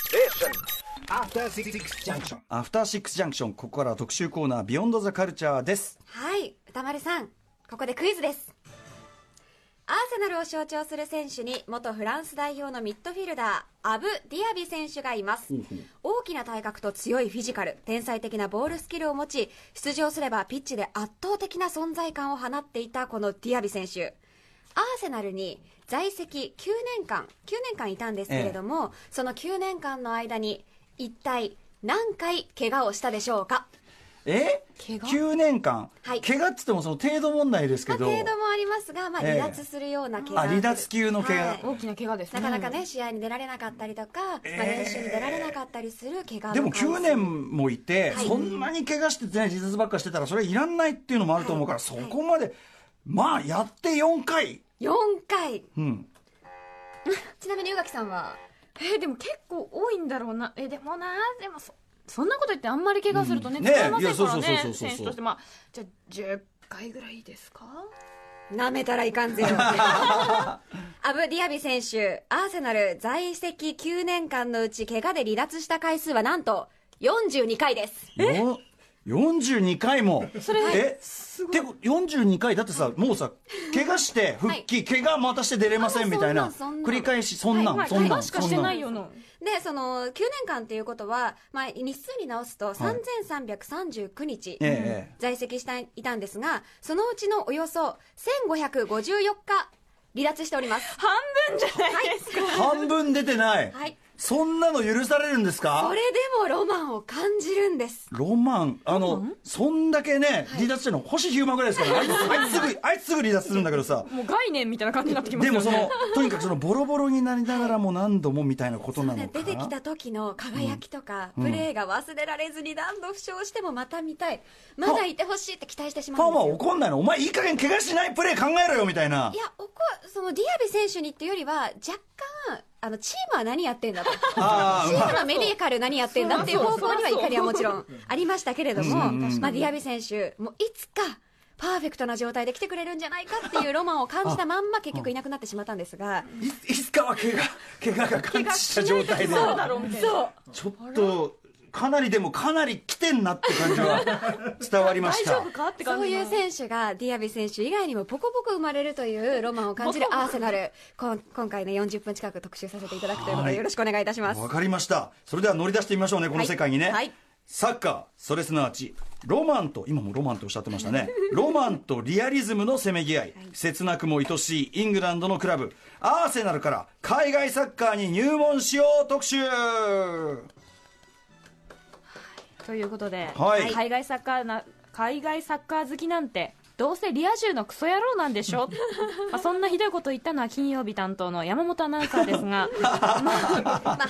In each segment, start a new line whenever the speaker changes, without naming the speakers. Station.
After Six Junction.
アフターシックスジャンクション、ここからは特集コーナー、ビヨンドザカルチャーです。
はい歌丸さんここでクイズですアーセナルを象徴する選手に元フランス代表のミッドフィルダーアブ・ディアビ選手がいます大きな体格と強いフィジカル天才的なボールスキルを持ち出場すればピッチで圧倒的な存在感を放っていたこのディアビ選手アーセナルに在籍9年間9年間いたんですけれども、その9年間の間に一体何回怪我をしたでしょうか
え
怪我
?9 年間、
はい
怪我って言ってもその程度問題ですけ
まあ、
ど、
程度もありますが、まあ、
ええ
離脱するような怪我、
あ離脱級の怪我
はい
大きな怪我ですね
なかなかね試合に出られなかったりとか、まあ、練習に出られなかったりする怪我の
でも
回数
9年もいて、
はい
そんなに怪我しててね、自殺ばっかしてたら、それはいらんないっていうのもあると思うから、
はい
そこまで、まあ、やって4回。
4回
うん。
ちなみに宇垣さんは
えーでも結構多いんだろうなえーでもなでもそそんなこと言ってあんまり怪我するとね、
うんね
使えませんから
いやそ
ね
うそうそうそうそう
選手としてまあじゃあ10回ぐらいですか
なめたらいか んぜよアブ・ディアビ選手アーセナル在籍9年間のうち怪我で離脱した回数はなんと42回です
よ42回も。えてか42回、だってさ、もうさ、怪我して、復帰、怪我またして出れませんみたいな、
あそんなんそんな
繰
ん
り返し、そんなん、
まあ
そん
怪
なん、
我しかしてない
よ。
よの
でその9年間っていうことは、まあ、日数に直すと
い
3339日、
ええ
在籍していたんですがそのうちのおよそ1554日離脱しております
半分じゃないですか、
半分出てない。
はい
そんなの許されるんですか
それでもロマンを感じるんです
ロマン、あの、そんだけね、離脱してるの、星ヒューマンぐらいですからね、あいつあいつすぐ、あいつすぐ離脱するんだけどさ、
もう概念みたいな感じになってきます
で
よ
も
ね
その、とにかくその、ボロボロになりながらも何度もみたいなことなのか
出
な。
てきた時の輝きとか、プレーが忘れられずに何度負傷してもまた見たいまだいてほしいって期待してし
ファ
まうん
ン
で
は
すよ。
怒んないのお前いい加減怪我しないプレー考えろよみたいない
や怒そのディアビ選手にっていうよりは若干あのチームは何やってん だと
ああ、
チームのメディカル何やってんだっていう方向には怒りはもちろんありましたけれども、
うんうんうん
まあ、ディアビ選手、もういつかパーフェクトな状態で来てくれるんじゃないかっていうロマンを感じたまんま、結局いなくなってしまったんですが、
いいつかは怪我、 怪我が感知した状態で。
そうだろうみたいな
そう、
ちょっと、かなりでもかなり来てんなって感じは伝わりまし
大
た。
丈夫かって感じ
そう
の
いう選手がディアビ選手以外にもポコポコ生まれるというロマンを感じるアーセナル、こん今回ね、40分近く特集させていただくということ
は
で、
い
よろしくお願いいたします
わ。かりました。それでは乗り出してみましょうね、この世界にね。
はいはい
サッカー、それすなわち、ロマンと、今もロマンとおっしゃってま したね。ロマンとリアリズムのせめぎ合い。切なくも愛しいイングランドのクラブ、アーセナルから海外サッカーに入門しよう特集
ということで、
はい
海外サッカーな海外サッカー好きなんてどうせリア充のクソ野郎なんでしょ まあそんなひどいこと言ったのは金曜日担当の山本アナウンサーですが
まあ、半分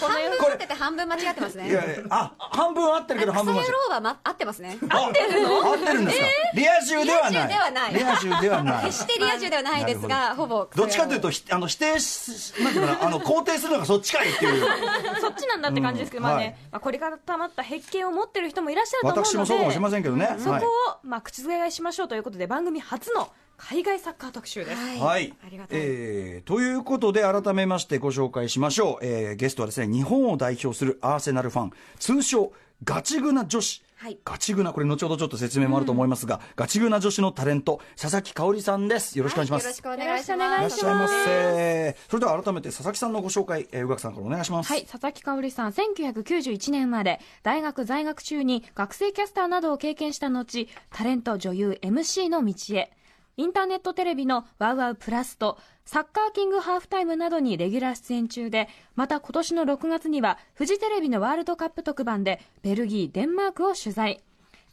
合ってて半分間違ってます
いや
ね。
いや、あ、半分合ってるけど
クソ
半分
野
間違え
郎は、ま、合ってますね。
合ってるの合ってるんですか、リア充ではない。
リア
リア充ではない。
決してリア充ではないですが、ほぼ。
どっちかというと、ひあの否定し、なんていうかな、あの肯定するのがそっちかいって いう。
そっちなんだって感じですけど、
うん
まあね、
はい
まあ、これから溜まった偏見を持ってる人もいらっしゃると思うの
私
で
もそうかもしれませんけどね。
そこ
はい
を、まあ、口添えしましょうということで番組初の海外サッカー特集です、
はい
ありが。たい。
えーということで、改めましてご紹介しましょう。えーゲストはですね、日本を代表するアーセナルファン、通称、ガチグナ女子。
はい
ガチグナ、これ後ほどちょっと説明もあると思いますが、ガチグナ女子のタレント、佐々木香織さんです。よろしくお願いします。
よろしくお願いします。
よろ
いらっしゃいませ。それでは改めて佐々木さんのご紹介、えー、宇垣さんからお願いします。
はい、佐々木香織さん、1991年生まれ、大学在学中に学生キャスターなどを経験した後、タレント、女優、MC の道へ。インターネットテレビのワウワウプラスと、サッカーキングハーフタイムなどにレギュラー出演中で、また今年の6月には、フジテレビのワールドカップ特番で、ベルギー、デンマークを取材。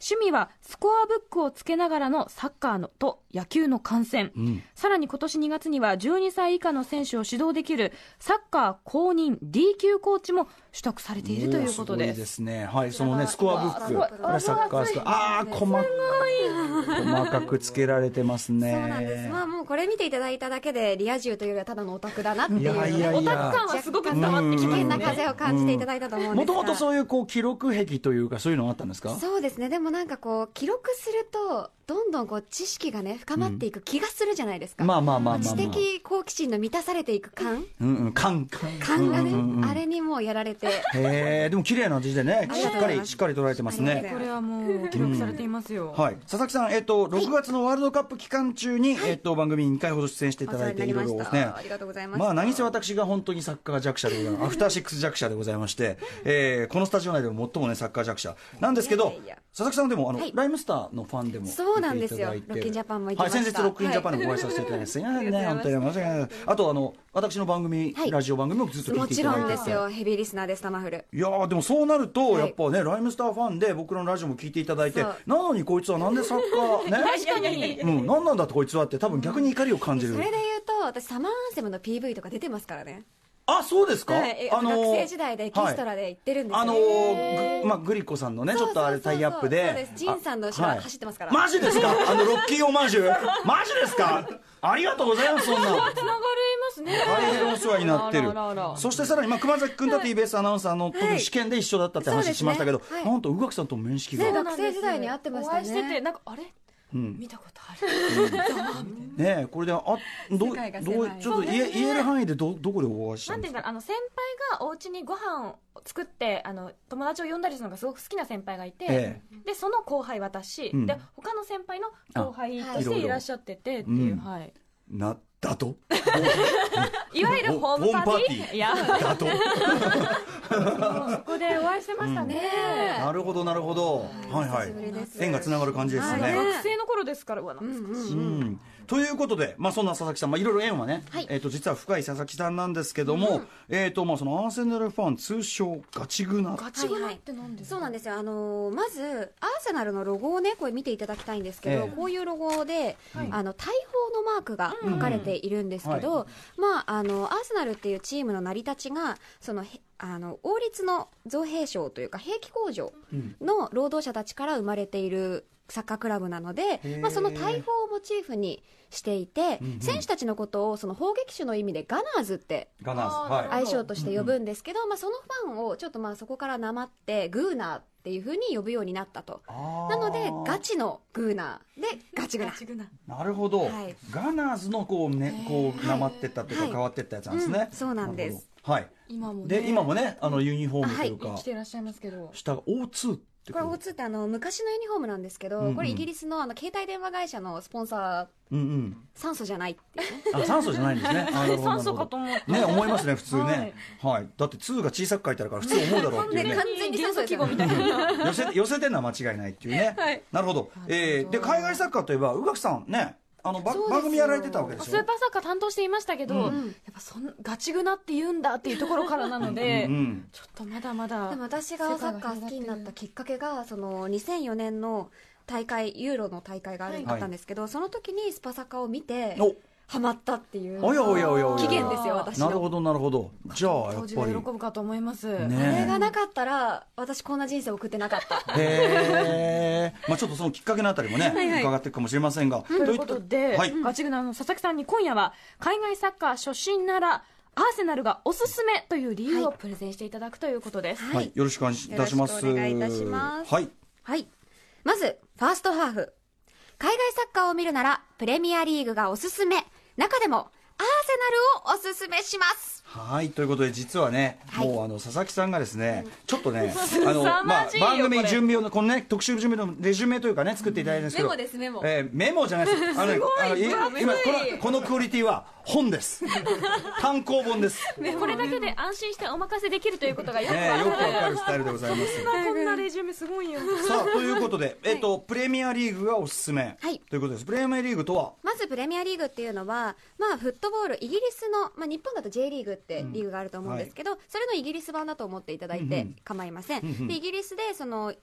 趣味はスコアブックをつけながらのサッカーのと野球の観戦、さらに今年2月には12歳以下の選手を指導できるサッカー公認 D 級コーチも取得されているということ
おー
です
ごい
す。
ですね。はい、そのね、スコアブッ
うわ
ク。これサッカースコア。ああー、細かい。細かくつけられてますね。
そうなんです。まあもうこれ見ていただいただけで、リア充というよりはただのオタクだなっていう。
いやいやい
オタク感
や。
はすごく伝わってき
危
ま
険
すね
な風を感じていただいたと思うんで
も
す
と
が。
もとそういうこう記録癖というかそういうのがあったんですか。
そうですね。でもなんかこう、記録すると、どどんどんこう知識がね深まっていく気がするじゃないですか、
まあまあまあまあまあ
知的好奇心の満たされていく感
うんうん感感
感がね、
うんうんうん
あれにもうやられて
へえでも綺麗な字でね
あり
し
がと
っ
う
か
ございま
り
す
しっかり捉えてます
ありがと
ね
うございます
これはもう記録されていますよ、
はい、佐々木さん、えっと、6月のワールドカップ期間中に、えっと、番組に2回ほど出演していただいて、
お
い
世
ろ
話
い
に
ろで
なりました
すね。
ありがとうございました
まあ、何せ私が本当にサッカー弱者でございま す。アフターシックス弱者でございまして、えーこのスタジオ内でも最もね、サッカー弱者なんですけ
い
ど
やいやいや、
佐々木さんでも、あの
はい、
ライムスターのファンでもいていただいて。
そうなんですよロッキンジャパンも行きました
はい、先日ロッキンジャパンでもお会いさせていただいて、すいませんね、
あり
本
が
当
と
に申
う
し訳ないです。あと、あの、私の番組
は、い
ラジオ番組もずっと聞
も
いてい
ち
ただい
ろ
て。
んですよヘビーリスナーですタマフル
いやーでもそうなると、
はい
やっぱねライムスターファンで僕らのラジオも聞いていただいて
そう
なのにこいつはなんでサッカーね 確
かに
うん、何なんだってこいつはって多分逆に怒りを感じる
それで言うと私サマーアンセムの PV とか出てますからね
あそうですか、
はい、え
あのー
学生時代でエキストラで行ってるんですよ、
あのーぐまあ、グリコさんのねちょっとあれ
そうそう
タ
そうそう
イアップ
そう
で
ですジンさんの後ろ
あはい
走ってますから
マジです かあのロッキーオマージュマジですかありがとうございますそんな
つながりますね
大変お世話になってる
あらあらあら
そしてさらに、まあ、熊崎君と TBS アナウンサーの時試験で一緒だったって
そうで
話
すね
しましたけど、
はい
なんと宇垣さんとも面識が、
ね
そうなんです
学生時代に会ってましたね
お会いしててなんかあれ
うん、
見たことある
ねえこれであどう
世界が
ど
狭いう
ちょっと言え,、言える範囲でどどこでお会いした
なんんて
です
いう
か
かあの先輩がお家にご飯を作ってあの友達を呼んだりするのがすごく好きな先輩がいて、
え
でその後輩私、
うん
で他の先輩の後輩
あ
と
い
し
ろい
て
ろ
いらっしゃっててっていう、
うん
はい、
なだと
いわゆるホームパーティー
ホームパーティー
いや
だと
そこでお会いしてましたね,、
なるほどなるほどはいは
久しぶり
い
です
縁がつながる感じですね、
はい
学生の頃ですからうわなんか
うんということで、まあ、そんな佐々木さん、まあ、いろいろ縁はね、えー、と実は深い佐々木さんなんですけども、えーとまあ、そのアーセナルファン通称ガチグナ
ガチゴナって何です
そ
か、
うなんですよ、あのーまず、アーセナルのロゴをね、これ見ていただきたいんですけど、
ええ
こういうロゴで、あの大砲のマークが書かれているんですけど、まあ、あのアーセナルっていうチームの成り立ちが、そのへあの王立の造兵廠というか、兵器工場の労働者たちから生まれている。サッカークラブなので
へ、
まあ、その大砲をモチーフにしていて、
うんうん
選手たちのことをその砲撃手の意味でガナーズって
ガナーズはい
愛称として呼ぶんですけど、まあ、そのファンをちょっとまあそこからなまってグーナーっていうふうに呼ぶようになったと
あ
な
ー
のでガチのグーナーでガチグナ
ガチグナ
なるほど、
はい
ガナーズのこうねこうなまってったというか、
はい
変わってったやつなんですね、
うんそうなんで
る
す
ほどはい
今もね
で今もねあのユニフォームというか、
生きていらっしゃいますけど
下が O2 って
これ O2 ってあの昔のユニフォームなんですけど、
うんうん
これイギリスのあの携帯電話会社のスポンサー
うんうん
酸素じゃないっていうね
あ酸素じゃないん ですねあな るほど
酸素かと思った
ね思いますね普通ねはい、だって2が小さく書いてあるから普通思うだろうっていうね
完全に酸素です
記
よ
号みたいな
寄せ寄せてんのは間違いないっていう ね、なるほど、えー、で海外サッカーといえば宇垣さんねあのば
そうですよ
番組やられてたわけで
ス
し
ー
ょ
パーサッカー担当していましたけど、
うん
やっぱそんガチグナって言うんだっていうところからなので、
うんうん
ちょっとまだまだ
でも 私がサッカー好きになったきっかけがその2004年の大会ユーロの大会があるあったんですけど、その時にスパサカを見てハマったっていう
おおやおやおやおや
期限ですよ私の
なるほどなるほどじゃあや
当
っ
時
ぱ
は喜
り
ぶかと思います、
ね
あれがなかったら私こんな人生送ってなかった
へえ、まあ、ちょっとそのきっかけのあたりもね、伺っていくかもしれませんが。
ということで、
はい
ガチグナの佐々木さんに今夜は海外サッカー初心ならアーセナルがおすすめという理由をプレゼンしていただくということです、
はい、よろしくお願いいたします。
よろしくお願いいたします
はい、
はい。まず、ファーストハーフ。海外サッカーを見るなら、プレミアリーグがおすすめ。中でも、アーセナルをおすすめします。
はい、ということで、実はね、
はい
もうあの佐々木さんがですね、ちょっと ね、あの、
凄
ま
ま
あ
じい、よ
番組
これ
準備を、このね、特集準備のレジュメというかね、作っていただいたんですけど。
す、メモ
えーメモじゃないです。あのね、あのい今このこのクオリティは本 です。単行本です。
これだけで安心してお任せできるということがよく
ね
わか
よ
る
くわかるスタイルでございます。
こんなレジュメすごいよ
さあということで、えっとプレミアリーグがおすすめ、
はい
ということです。プレミアリーグとは
まずプレミアリーグっていうのは、まあ、フットボール、イギリスの、まあ、日本だと J リーグってリーグがあると思うんですけど、それのイギリス版だと思っていただいて構いません。でイギリスでその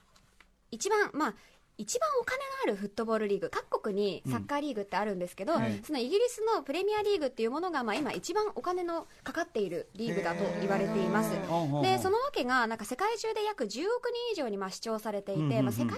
一番、まあ一番お金のあるフットボールリーグ各国にサッカーリーグってあるんですけど、
はい
そのイギリスのプレミアリーグっていうものが、まあ、今一番お金のかかっているリーグだと言われています、
へー
でそのわけがなんか世界中で約10億人以上にまあ視聴されていて、
うんうんうん
まあ、世界中に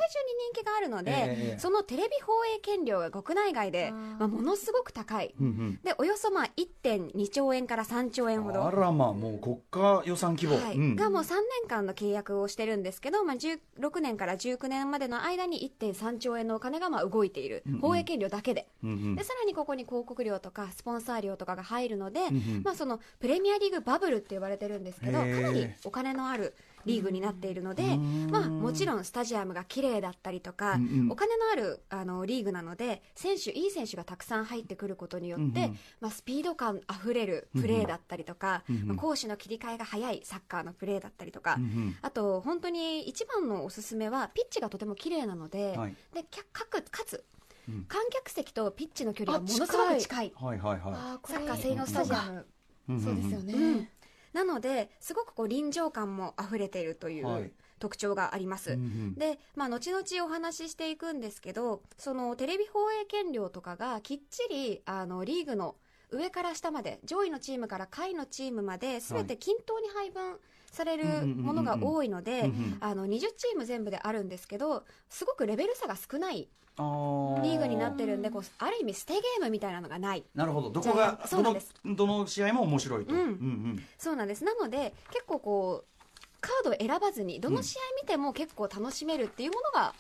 人気があるので、
ええ
そのテレビ放映権料が国内外で、
あー
まあ、ものすごく高い、
うんうん
でおよそまあ1.2兆円から3兆円ほど。
あらまあもう国家予算規模、
はい
うん
がもう3年間の契約をしてるんですけど、まあ、16年から19年までの間に1.3兆円のお金がまあ動いている、放映権料だけで。
うんうん
でさらにここに広告料とかスポンサー料とかが入るので、
んうん
まあ、そのプレミアリーグバブルって言われてるんですけどか
へー
なりお金のあるリーグになっているので、
ん
まあ、もちろんスタジアムが綺麗だったりとか、
うんうん
お金のあるあのリーグなので選手いい選手がたくさん入ってくることによって、
うんうん
まあ、スピード感あふれるプレーだったりとか、
うんうん
まあ、攻守の切り替えが早いサッカーのプレーだったりとか。
うんうん
あと本当に一番のおすすめはピッチがとても綺麗なので,、
はい
でかかくかつ
うん
観客席とピッチの距離が
あ
ものすご
近
く
い
近い
はいはいはい
あーこ
サ
れ
ッカー専用スタジアム、
うんうん
そうですよ
ね
ね、
うんなのですごくこう臨場感もあふれているとい
はいう
特徴があります、で、まあ、後々お話ししていくんですけどそのテレビ放映権料とかがきっちりあのリーグの上から下まで上位のチームから下位のチームまで全て均等に配分されるものが多いの
うんう
で
んうんうん
あの20チーム全部であるんですけどすごくレベル差が少ない
あー
リーグになってるんでこうある意味捨てゲームみたいなのがない
なるほどどこが
じゃあそ
ど
うなん
の
です
どの試合も面白いと、
うん
ん
そうなんですなので結構こうカードを選ばずにどの試合見ても結構楽しめるっていうものが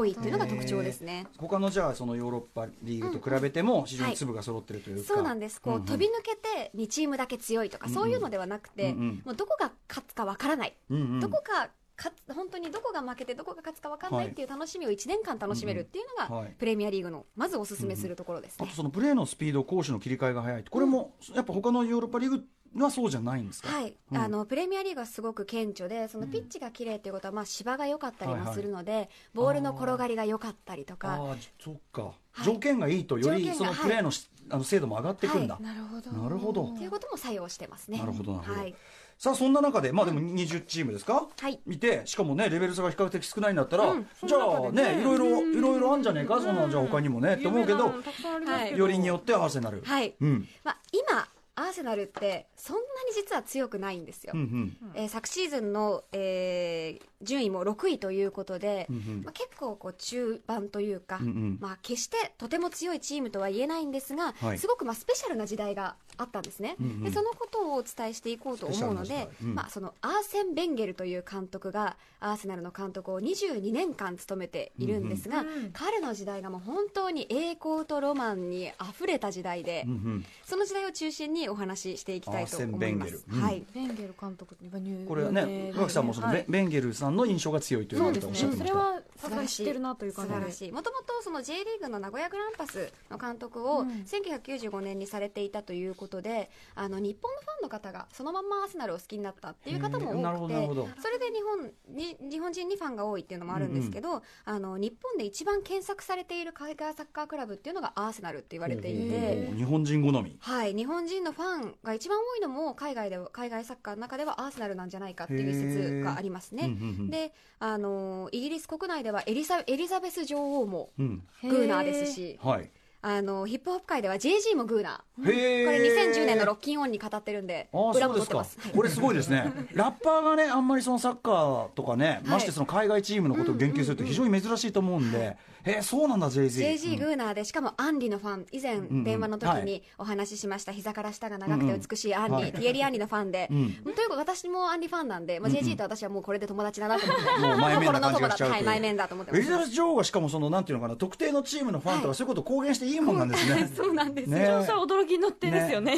多いっていうのが特徴ですね。
他のじゃあそのヨーロッパリーグと比べても非常に粒が揃ってるというか、
そうなんですこう、
んん
飛び抜けて2チームだけ強いとか、
うんうん
そういうのではなく
うん
て、
うん
もうどこが勝つかわからない、
うんうん
どこか勝つ本当にどこが負けてどこが勝つかわからないっていう楽しみを1年間楽しめるっていうのが、
はい
プレミアリーグのまずおすすめするところです
あ
ね
と。そのプレーのスピード攻守の切り替えが早いってこれもやっぱ他のヨーロッパリーグはそうじゃないんですか、
はい、
うん
あのプレミアリーグはすごく顕著でそのピッチが綺麗ということは、まあ、芝が良かったり
はいは
も
い
するので、ボールの転がりが良かったりと
あ
か、
あーそっか、
はい
条件がいいとよ
条
り
件が
そのプレーの,、あの精度も上がっていくんだ、
は
なるほど
なるほど
ということも作用してますね。
なるほどなるほど
はい
さあそんな中でまあでも20チームですか、
はい
見てしかもねレベル差が比較的少ないんだったら、
うん
じゃ
その
あ
中で
ね
ね
いろいろいろいろあんじゃねえか、そんなのじゃあ他にもねって思うけど
たくさんあり
ますけど
よりによってアーセナル、
はい
うん
まあ、今アーセナルってそんなに実は強くないんですよ、
うんうん
えー昨シーズンの、えー順位も6位ということで、
うんうん
まあ、結構こう中盤というか、
うんうん
まあ、決してとても強いチームとは言えないんですが、
はい
すごくまあスペシャルな時代があったんですね、
うんうん
でそのことをお伝えしていこうと思うの
スペシャルな
で
時、代うん
まあ、そのアーセン・ベンゲルという監督がアーセナルの監督を22年間務めているんですが、
うんうん
彼の時代がもう本当に栄光とロマンにあふれた時代で。
うんうん
その時代を中心にお話ししていきたいと思いま
アーセン
す。
ベンゲルうん
はい。
ベンゲル監督って入
これはね宇垣さんもそのベ,、ベンゲルさんの印象が強いという
そ
こ
う
と
で
を
す
おっしゃっ
ね
てまし
それ
た、
はさすがに知ってるなという
素
感
晴
じで
らしい。もともとその J リーグの名古屋グランパスの監督を
うん
1995年にされていたということで、あの日本のファンの方がそのまんまアーセナルを好きになったっていう方
へーなるほ
も多
ど
く
なる
て
ほど、
それで日本に日本人にファンが多いっていうのもあるんですけど、あの日本で一番検索されている海外サッカークラブっていうのがアーセナルって言われていて。
へー
日本人好み
はい、日本人のファンが一番多いのも海外では海外サッカーの中ではアーセナルなんじゃないかっていう説があります
うん
ね。
うんうん
で、あのーイギリス国内ではエリサエリザベス女王も
うん
グーナーですし、
はい
あのヒップホップ界では JG もグーナー。
こ
これ2010年のロッキンオンに語ってるんで、
ああそ
裏
う
も
で
取っ
す
て
か
ます。はい
これすごいですねラッパーがねあんまりそのサッカーとかね、
い
ましてその海外チームのことを言及するって非常に珍しいと思うんで、えーそうなんだ JZ
JG グーナーで、しかもアンリのファン、以前
んうん
電話の
は
時
い
にお話ししました、膝から下が長くて美しいアンリ、
はい
ティエリアンリのファンで、
うん
ということで私もアンリファンなんで、まあ、JG と私はもうこれで友達だなと思って、
もう前面な感じがしちゃうという
はい、前面だと思って
エ
ま
リザベ
す。
ス女王がしかもそのなんていうのかな特定のチームのファンとか
はい
そういうことを公言していいもんなんですね
そうなんですよ
ね
それはそれは驚きに乗ってですよね
う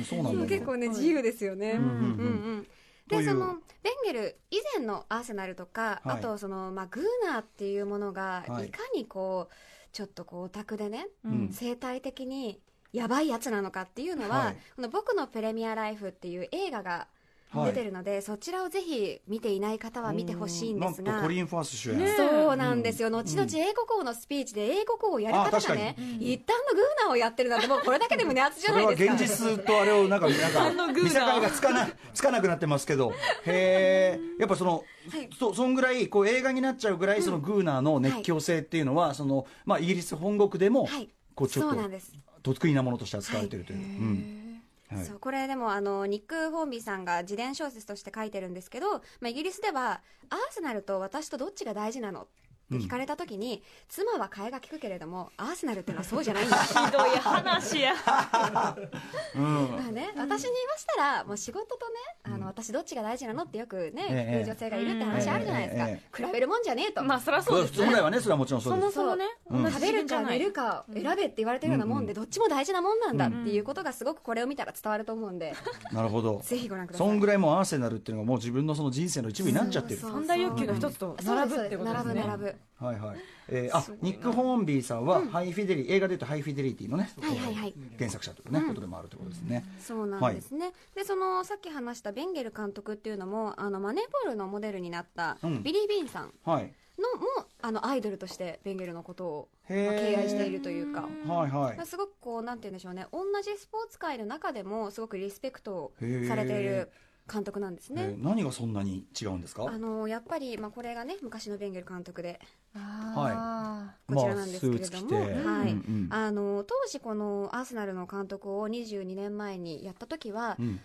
んそうなんだよ
結構ね、自由ですよね。うん
ん
うんうん
と
で
いう
そのベンゲル以前のアーセナルとか、
はい
あとその、まあ、グーナーっていうものが、
はい
い、かにこうちょっとこうオタクでね、
うん
生態的にやばいやつなのかっていうのは、
はい
この「僕のプレミアライフ」っていう映画が出てるので、そちらをぜひ見ていない方は見てほしいんです
なん
が
とコリン・ファース主演、
ね
そうなんですよ、後々英国王のスピーチで英国王をやる
あ
方
確か
が
に
ね、一旦のグーナーをやってるなんて、もうこれだけで胸熱じ
そ
ゃな
れ
い
は
ですか。
現実とあれをなんかなん
の
か
グー
見
ナー
境がつかなつかなくなってますけどへえやっぱその、
はい
そそんぐらいこう映画になっちゃうぐらいそのグーナーの熱狂性っていうのは、そのまあ、イギリス本国でも、
はい
こうちょっ
そう
と
なんです
得意なものとして扱われてるという、うんはい
そうこれでもあのニック・ホーンビーさんが自伝小説として書いてるんですけど、まあ、イギリスではアーセナルと私とどっちが大事なのっって聞かれた時に、妻は替えが利くけれどもアーセナルってのはそうじ ゃないんだ
ひどい話や
まあね、私に言いましたら、もう仕事とね、あの私どっちが大事なのってよくね、
ええ
言う女性がいるって話あるじゃないですか。
ええ
比べるもんじゃねえと。
まあそりゃそ
普
うで
通
す
本来
ね
はねそれはもちろんそう
そ
で
も
す
そもね、
うん
同じ
食べ
自
る
分じゃ
か
な
寝
い
るか選べって言われてるようなもんで、どっちも大事なもんなんだ
う
っ
ん
ていうことがすごくこれを見たら伝わると思うん で、
なるほど
ぜひご覧くださ
そ
い。
んぐらいもうアーセナルっていうのがもう自分のその人生の一部になっちゃってる
そうそう
三大欲求の一つと
そう
並
です
ぶってことです
並
ね
ぶ並ぶ。
はいはい、えーあニック・ホーンビーさんは、ハイフィデリ映画でいうとハイフィデリティのね、
はいはいはい
原作者という、ねことでもあるということですね、
そうなんですね、でそのさっき話したベンゲル監督っていうのもあのマネーボールのモデルになった
うん
ビリー・ビーンさんの
はい
もあのアイドルとしてベンゲルのことをまあ
へー
敬愛しているというか。
はいはい
まあすごくこうなんて言うんでしょうね同じスポーツ界の中でもすごくリスペクトを
へー
されている監督なんです
え
ね
ー何がそんなに違うんですか
あのやっぱり、まあ、これがね昔のベンゲル監督で
あ
こちらなんですけれども、
まあスーツ着て
はい
うんうん
あの当時このアーセナルの監督を22年前にやった時は、
うん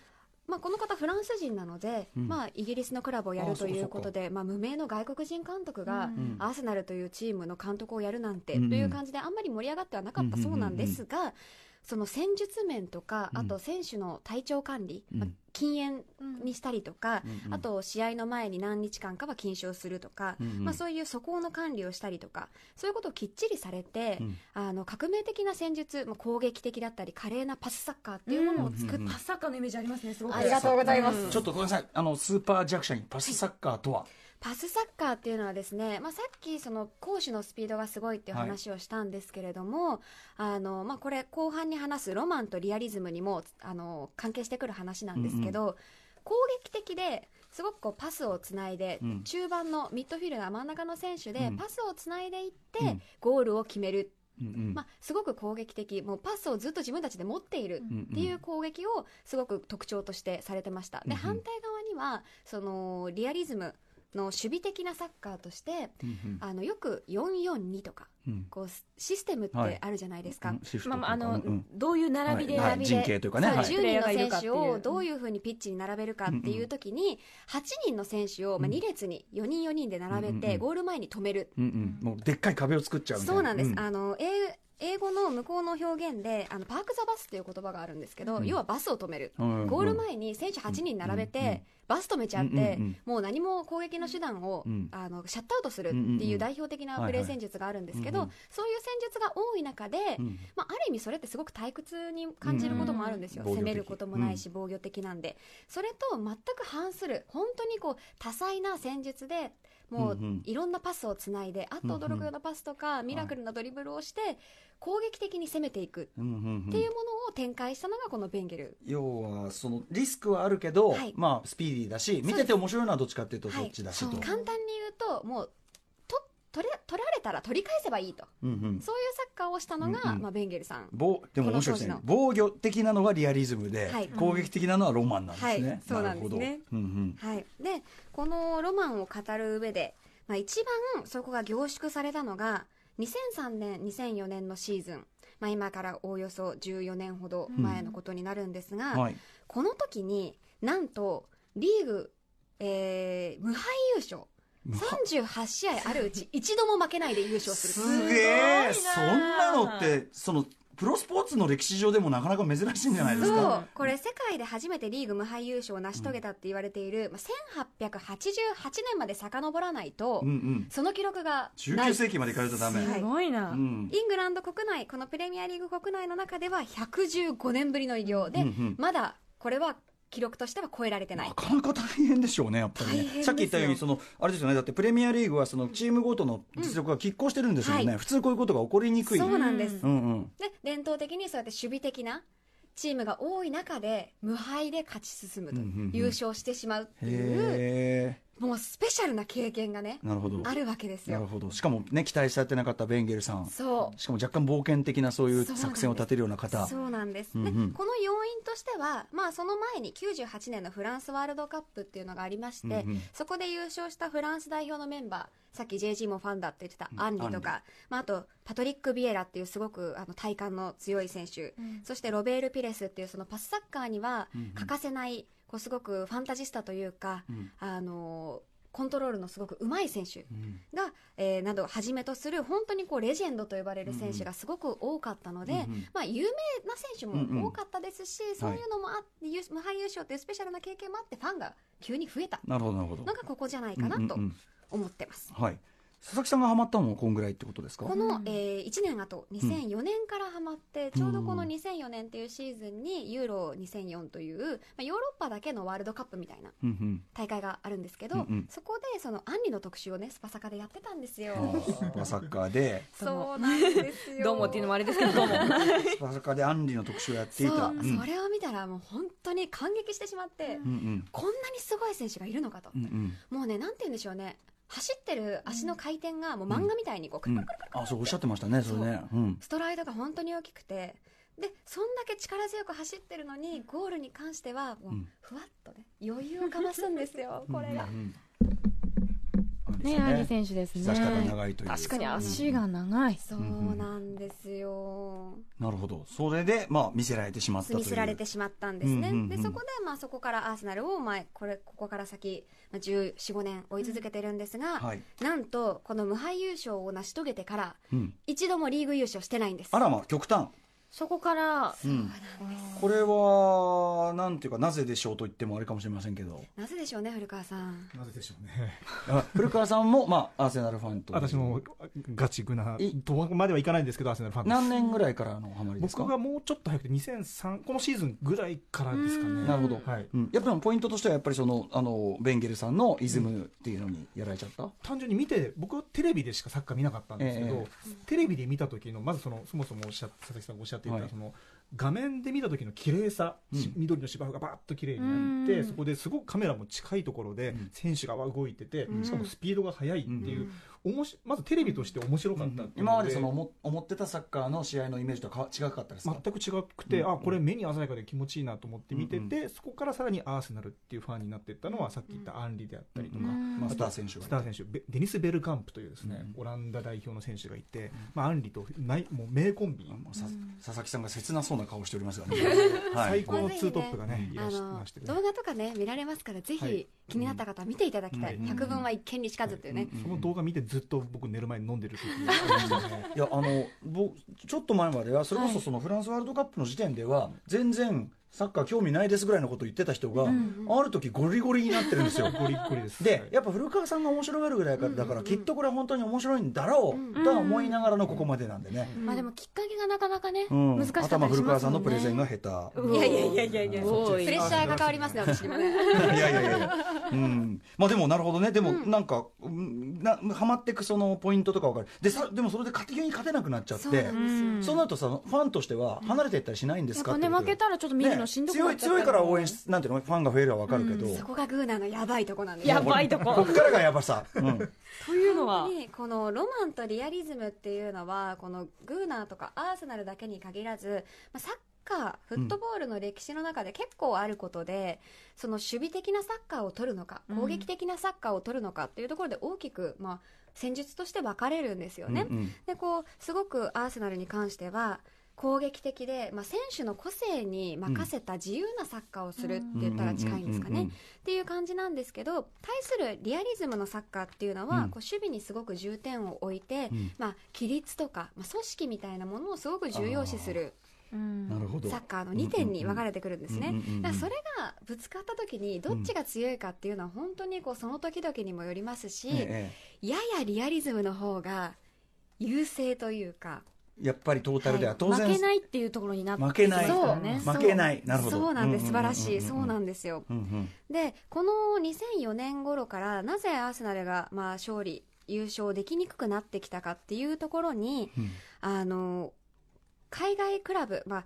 まあ、この方フランス人なので、
うん
まあ、イギリスのクラブをや
あ
る
あそ
と
うか
いうことでまあ、無名の外国人監督が、
ん
アーセナルというチームの監督をやるなんて、
うん
という感じであんまり盛り上がってはなかったそうなんですが、その戦術面とか
うん
あと選手の体調管理、
うん
まあ禁煙にしたりとか、
うん
あと試合の前に何日間かは禁止をするとか、
うんうん
まあ、そういう素行の管理をしたりとかそういうことをきっちりされて、
うん
あの革命的な戦術、まあ、攻撃的だったり華麗なパスサッカーっていうものを作っ
あパサカのイメージありますねすごく
ありがとうございます
ちょっとごめんなさいあのスーパー弱者にパスサッカーとは、
パスサッカーっていうのはですね、まあ、さっきその攻守のスピードがすごいっていう話をしたんですけれども、あのまあ、これ後半に話すロマンとリアリズムにもあの関係してくる話なんですけど、攻撃的ですごくこうパスをつないで、
うん
中盤のミッドフィルダー真ん中の選手で
うん
パスをつないでいって、
うん
ゴールを決める、
うんうん
まあ、すごく攻撃的もうパスをずっと自分たちで持っている
うん
っていう攻撃をすごく特徴としてされてました。
うんう
で
ん
反対側にはそのリアリズムの守備的なサッカーとして
うんうん
あのよく442とか
うん
こうスシステムっ
はい
てあるじゃないですか。
シフト
まあまああ
と
の、
いうかうん
どういう並びで、
はい
並び
陣形というかね
そう
はい
10人の選手をどういうふうにピッチに並べるかっていう時に8人の選手をまあ2列に4人4人で並べ
うんうんう
て
ん
ゴール前に止める
うんうんもうでっかい壁を作っちゃうみたいな
そうなんです、
う
あの英英語の向こうの表現であのパーク・ザ・バスっていう言葉があるんですけど、
うん
要はバスを止める、
うん
ゴール前に選手8人並べて、
うん
バス止めちゃって、
うんうんうん
もう何も攻撃の手段を、
うん
あのシャットアウトするっていう代表的なプレー戦術があるんですけど、
はいはい
そういう戦術が多い中で、
うん
まあ、ある意味それってすごく退屈に感じることもあるんですよ、
うん
攻めることもないし防御的なんで、それと全く反する本当にこう多彩な戦術でも
う
うん
うん
いろんなパスをつないであっと驚くようなパスとか、ミラクルなドリブルをして攻撃的に攻めていくっ
うんうんうん
ていうものを展開したのがこのベンゲル。
要はそのリスクはあるけど、
はい
まあスピーディーだし見てて面白いのはどっちかっていうとそっちだしと、
はい、簡単に言うともうと取れ取られたら取り返せばいいと
うんうん
そういうサッカーをしたのが、
うんうん
まあ、ベンゲルさん。
防でも面白いですね
この
防御的なのはリアリズムで、
はい
攻撃的なのはロマンなんですね、
はいそうなんですね
るほど、うん
はい、でこのロマンを語る上で、まあ、一番そこが凝縮されたのが2003年2004年のシーズン、まあ、今からおおよそ14年ほど前のことになるんですが、
うんはい、
この時になんとリーグ、えー無敗優勝38試合あるうち一度も負けないで優勝する
すげえ
す
そ
ごい
ん
な
なのってそのプロスポーツの歴史上でもなかなか珍しいんじゃないです
そ
か
うこれ世界で初めてリーグ無敗優勝を成し遂げたって言われている、まあ、1888年まで遡らないと、
うんうん
その記録がない
19世紀まで行かれたらダメ、
はい
すごいな、
うん
イングランド国内このプレミアリーグ国内の中では115年ぶりの偉業で、
うんうん
まだこれは記録としては超えられてない
なかなか大変でしょうね、やっぱり
大
ね。
変
さっき言ったように、
です
その、あれですよね、だってプレミアリーグは、その、チームごとの実力が拮抗してるんですよね。
うんは
普通こういうことが起こりにくい。
そうなんです、
うんうん。
で伝統的にそうやって守備的なチームが多い中で無敗で勝ち進むと、
うんうんうん
優勝してしまうっていう
へ
もうスペシャルな経験がね
え。なるほど。
あるわけです
なる
よ
ほど。しかもね、期待されてなかったベンゲルさん。
そう
しかも若干冒険的なそういう
そうなんです
作戦を立てるような方。
そうなんです、
うんうん
でこの要因としては、まあ、その前に98年のフランスワールドカップっていうのがありまして、
うんうん
そこで優勝したフランス代表のメンバーさっき JG もファンだって言ってたアンリ
アン
と
リ
か、まあ、あとパトリック・ビエラっていうすごくあの体幹の強い選手、そしてロベール・ピレスっていうそのパスサッカーには欠かせない、こうすごくファンタジスタというか、
うん
あのーコントロールのすごくうまい選手が、えーなどをはじめとする本当にこうレジェンドと呼ばれる選手がすごく多かったので、
うんうん
まあ、有名な選手
うんうん
も多かったですし、そういうのもあって、優無敗優勝というスペシャルな経験もあってファンが急に増えた
なるほどなるほど
のがここじゃないかなと
うんうんうん
思ってます。
はい佐々木さんがハマったのもこんぐらいってことですか
この、え1年後2004年からハマって、ちょうどこの
うん
2004年っていうシーズンにユーロ2004という、まあ、ヨーロッパだけのワールドカップみたいな
うんうん
大会があるんですけど、
うんうん
そこでそのアンリの特集をねスパサカでやってたんですよ
あ。ースパサッカーで
そうなんですよ。
どうもっていうのもあれですけどどうも
スパサッカーでアンリの特集をやってい
そう、
たうん
それを見たらもう本当に感激してしまって、
うんうん
こんなにすごい選手がいるのかと、
うんうん
もうねなんて言うんでしょうね走ってる足の回転がもう漫画みたいにこう、
うんあそうおっしゃってましたねそれねうん
ストライドが本当に大きくてでそんだけ力強く走ってるのにゴールに関してはも
う
う
ん
ふわっとね余裕をかますんですよこれが
うんうん
ねアリ選手ですね
膝下が長いという
確かに足が長い、
そうなんですよ
なるほどそれでまあ見せられてしまったという
見せられてしまったんですね、
うんうんうん
でそこで、まあ、そこからアーセナルを、まあ、これここから先、まあ、1415年追い続けてるんですが、
はい
なんとこの無敗優勝を成し遂げてから
うん
一度もリーグ優勝してないんです
あらま極端
そこから
うんこれはなんていうかなぜでしょうと言ってもあれかもしれませんけど
なぜでしょうね古川さん
なぜでしょうね。
あ古川さんもまあアーセナルファン と
私もガチグナ
え、
どこまではいかないんですけど、アーセナルファンです。
何年ぐらいからのハマりですか
僕がもうちょっと早くて、2003、このシーズンぐらいからですか
う
ね。
ん
なるほど
はい。
うん、やっぱりポイントとしてはやっぱりそのあのベンゲルさんのイズムっていうのにやられちゃった、
単純に見て、僕はテレビでしかサッカー見なかったんですけど、
え
テレビで見た時の、まずその、そもそもおっしゃ佐々木さんがおっしゃっていた、
はい
その、画面で見た時の綺麗さ、
うん
し緑の芝生がバーッと綺麗になって、
うん
そこですごくカメラも近いところで、
うん
選手が動いてて、
うん
しかもスピードが速いっていう、おもしまずテレビとして面白かったっていうので、
今までその思思ってたサッカーの試合のイメージとは違かったですか、
全く違くて、
うん
あこれ目に鮮やかで気持ちいいなと思って見てて、
う
そこからさらにアーセナルっていうファンになっていったのはさっき言ったアンリであったりとか、
うん
まあ、スター選手が
スター選手ベデニス・ベルカンプというですね、
うん
オランダ代表の選手がいて、まあ、アンリとないもう名コンビ、
もうさ佐々木さんが切なそうな顔しておりますがね、
最高のツートップがね、いら
あ
っしゃい
の
ましてね
動画とかね見られますからぜ
は
ひ
い
気になった方は見ていただきたい、
うん
百聞は一見にしかずというね、
うん
その動画見てずっと僕寝る前に飲んでる時がありました ね
いやあの僕ちょっと前まではそれこそそのフランスワールドカップの時点では全然サッカー興味ないですぐらいのことを言ってた人が、ある時ゴリゴリになってるんですよ。
ゴリッゴリです
でやっぱ古川さんが面白がるぐらいからだからきっとこれは本当に面白いんだろうとは思いながらのここまでなんでね、
まあでもきっかけがなかなかね、
うん
難しかったり
頭
しますもんね
古川さんのプレゼンが下手。
いやいやいやいやいや
プレッシャーが関わりますね私にもね
いやいやいや、うん、まあでもなるほどね、でもなんか、うんなハマっていくそのポイントとかわかる。でさ、でもそれで勝手に勝てなくなっちゃっ
そうなん
て
で、すよ、
そうなるとさ、ファンとしては離れていったりしないんで
や
す
っ
か
ぱね負けたらちょっと見るのしんどくな
強
っ
い
ちゃった
強いから応援しなんていうのファンが増えるのはわかるけど、
そこがグーナーのやばいとこなんですよ
やばいと
こ
こ
っからがやばさ、うん、
というのは
本当にこのロマンとリアリズムっていうのはこのグーナーとかアーセナルだけに限らず、まあ、サッカーフットボールの歴史の中で結構あることで、その守備的なサッカーを取るのか
うん
攻撃的なサッカーを取るのかっていうところで大きく、まあ、戦術として分かれるんですよね。
うんうん
でこうすごくアーセナルに関しては攻撃的で、まあ、選手の個性に任せた自由なサッカーをするって言ったら近いんですかね。っていう感じなんですけど対するリアリズムのサッカーっていうのは、
うん
こう守備にすごく重点を置いて、
うん
まあ、規律とか、まあ、組織みたいなものをすごく重要視する
うん
なるほど。
サッカーの2点に分かれてくるんですね。
うんうんうんうん
だからそれがぶつかった時にどっちが強いかっていうのは本当にこうその時々にもよりますし、
え
ややリアリズムの方が優勢というか
えやっぱりトータルでは当然
負けないっていうところになって
負けない
そうだね
負けないなるほど
そうなんです
うんう
素
んうん
晴
うん
らしいそうなんですよ。
うんうん
でこの2004年頃からなぜアーセナルがまあ勝利優勝できにくくなってきたかっていうところに
うん
あの海外クラブ、まあ、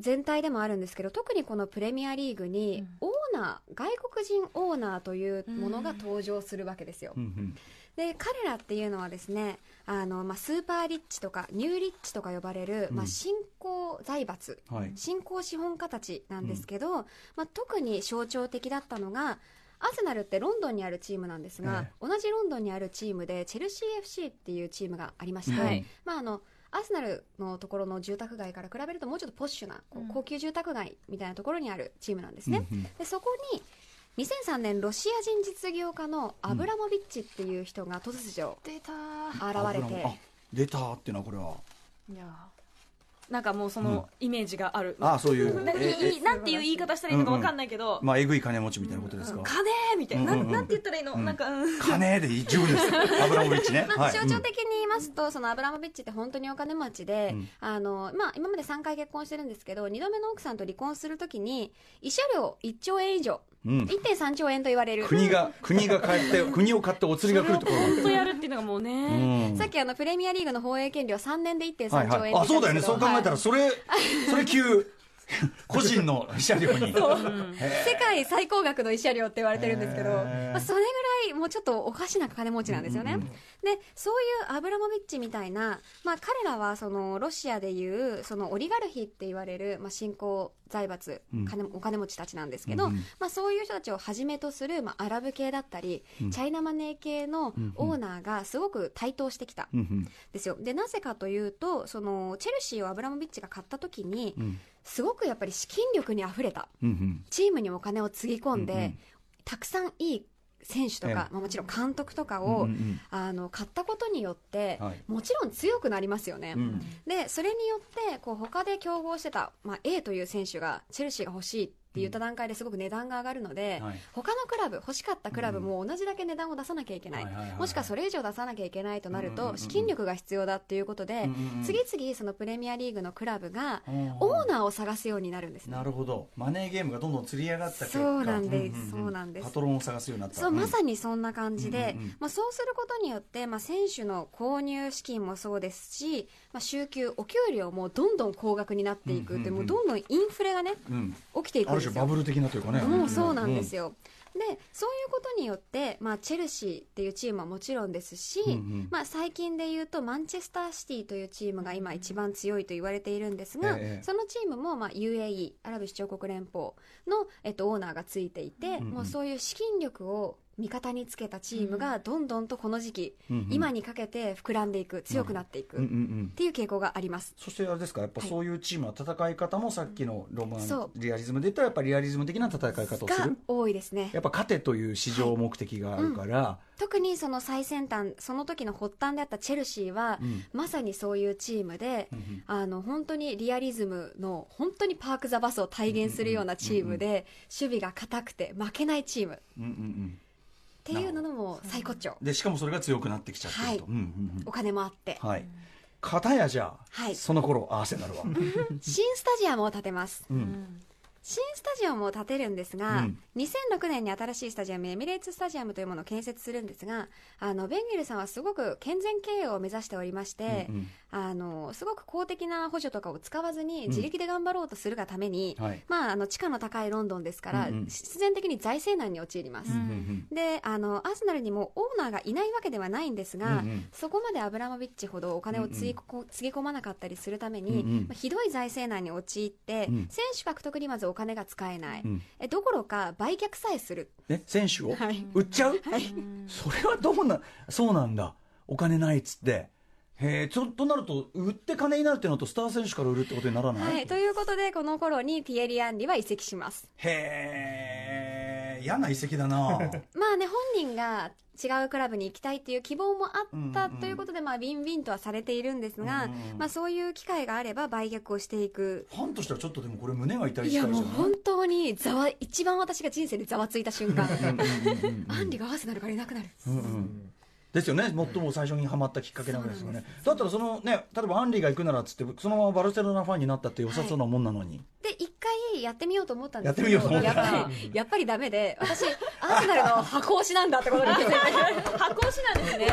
全体でもあるんですけど特にこのプレミアリーグにオーナー、外国人オーナーというものが登場するわけですよ。
うん
で彼らっていうのはですねあの、まあ、スーパーリッチとかニューリッチとか呼ばれる、ま
う
あ、
ん
新興財閥
うんはい
新興資本家たちなんですけど、まあ、特に象徴的だったのがアーセナルってロンドンにあるチームなんですが、
え
同じロンドンにあるチームでチェルシー FC っていうチームがありまして、
はい
まあ、あのアーセナルのところの住宅街から比べるともうちょっとポッシュなこう
うん
高級住宅街みたいなところにあるチームなんですね。
うんうん
でそこに2003年ロシア人実業家のアブラモビッチっていう人が突如
出た
現れて、
あ出たっていうのはこれはい
やーなんかもうそのイメージがある、
ああそういう
なんかいいいい
ええ
なんていう言い方したらいいのかわかんないけど、
まあえぐい金持ちみたいなことですか、
金みたいな、
うんうんうん
なんなんて言ったらいいの、なんか、うん、
金で十分ですアブラモビッチね、
まあ、
い
象徴的に言いますと、そのアブラモビッチって本当にお金持ちで、
うん
あのまあ、今まで3回結婚してるんですけど2度目の奥さんと離婚するときに慰謝料1兆円以上
うん
1.3兆円と言われる
国が国が買って国を買ってお釣りが来るところ
本当やるっていうのがもうね、
うん
さっきあのプレミアリーグの放映権料3年で1.3兆
は
円
い
って言
はい、あそう
ったんですけど
だよねそう考えた
は
ら
い
それ、それ 急個人の車両に
世界最高額の慰謝料って言われてるんですけど、
へー
まあ、それぐらいもうちょっとおかしな金持ちなんですよね、でそういうアブラモビッチみたいな、まあ、彼らはそのロシアでいうそのオリガルヒって言われる、まあ、新興財閥、
うん
金お金持ちたちなんですけど、
うんうん
まあ、そういう人たちをはじめとする、まあ、アラブ系だったり、
うん
チャイナマネー系のオーナーがすごく台頭してきたん
うんうん
ですよでなぜかというとそのチェルシーをアブラモビッチが買った時に
うん
すごくやっぱり資金力にあふれた。
うんうん
チームにお金をつぎ込んで、
うんうん
たくさんいい選手と
ええ
か、まあ、もちろん監督とか
うん
を、
うん
あの買ったことによって、
はい
もちろん強くなりますよね。
うん
でそれによってこう他で競合してた、まあ、A という選手がチェルシーが欲しいって言った段階ですごく値段が上がるので、
はい
他のクラブ欲しかったクラブも同じだけ値段を出さなきゃいけない,、
はいはいはいはい
もしくはそれ以上出さなきゃいけないとなる
うんうんうんう
と
ん
資金力が必要だっていうことで、
うんうんうん
次々そのプレミアリーグのクラブが
うん
オーナーを探すようになるんですね
な。るほどマネーゲームがどんどん釣り上がった結果
そうなんです
う
そうなんです
パトロンを探すようになった
そうま
に
さにそんな感じで、
うんうんうん
まあ、そうすることによって、まあ、選手の購入資金もそうですし、まあ、週休、お給料もどんどん高額になってい
う
くって、
んうんうん
もうどんどんインフレがね、
うん
起きていく
あ
ん
る
です
種
よ。
バブル的なというかね
もうそうなんです
よ、
よ。でそういうことによって、まあ、チェルシーっていうチームはもちろんですし、
うんうん
まあ、最近で言うとマンチェスターシティというチームが今一番強いと言われているんですが、
ええ
そのチームも、まあ、UAE アラブ首長国連邦の、えっと、オーナーがついていて、
うんうん
もうそういう資金力を味方につけたチームがどんどんとこの時期、
うんうん
今にかけて膨らんでいく強くなっていく
うんうん
っ
うん
ていう傾向があります。
そしてあれですかやっぱ
はい
そういうチームは戦い方もさっきのロマン、
そ
リアリズムで言ったらやっぱりリアリズム的な戦い方をす
が
る
多いですね
やっぱ勝てという市場目的があるから、
特にその最先端その時の発端であったチェルシーは、
うん
まさにそういうチームで、
うんうん
あの本当にリアリズムの本当にパーク・ザ・バスを体現するようなチームで、守備が硬くて負けないチームっ
うんうん
ていうのも最高潮
うん、でしかもそれが強くなってきちゃってると、
は
うんうんうん
お金もあって、
はい、片やじゃあ、
はい
その頃アーセナ ルは、
新スタジアムを建てます
うん
新スタジアムを建てるんですが、
うん
2006年に新しいスタジアムエミレーツスタジアムというものを建設するんですがあのベンゲルさんはすごく健全経営を目指しておりまして、
うんうん
あのすごく公的な補助とかを使わずに自力で頑張ろうとするがために、
はい
まあ、あの地価の高いロンドンですから、
うんうん
必然的に財政難に陥ります。
うんうん
であのアーセナルにもオーナーがいないわけではないんですが、
うんうん
そこまでアブラモビッチほどお金をつぎ,、つぎ込まなかったりするために、
うんうん
まあひどい財政難に陥って、
うん
選手獲得にまずお金が使えない、
うん
えどころか売却さえする、
え選手を
はい
売っちゃう、それはどうなそうなんだお金ないっつってへえちょっとなると売って金になるっていうのとスター選手から売るってことにならない、
はい、ということでこの頃にピエリ・アンリは移籍します
へえ嫌な遺跡だ な
まあね本人が違うクラブに行きたいっていう希望もあった
うんうん
ということで、まあ、ウィンウィンとはされているんですが、
うんうん
まあ、そういう機会があれば売却をしていく
ファンとしてはちょっとでもこれ胸が痛い
い
機
や
会じ
も
ゃ
う
ない
本当にざわ一番私が人生でざわついた瞬
う
間
んうん
アンリがアーセナルからいなくなる、
うんうんですよね最も最初にハマったきっかけなわけですよねだったらそのね例えばアンリが行くならっつってそのままバルセロナファンになったって良さそうなもんなのに、
で一回やってみようと思ったんですけど
やってみようと思
や
っ
ったぱりやっぱりダメで私アーセナルの箱推しなんだってことに気づいて
発行しなんですね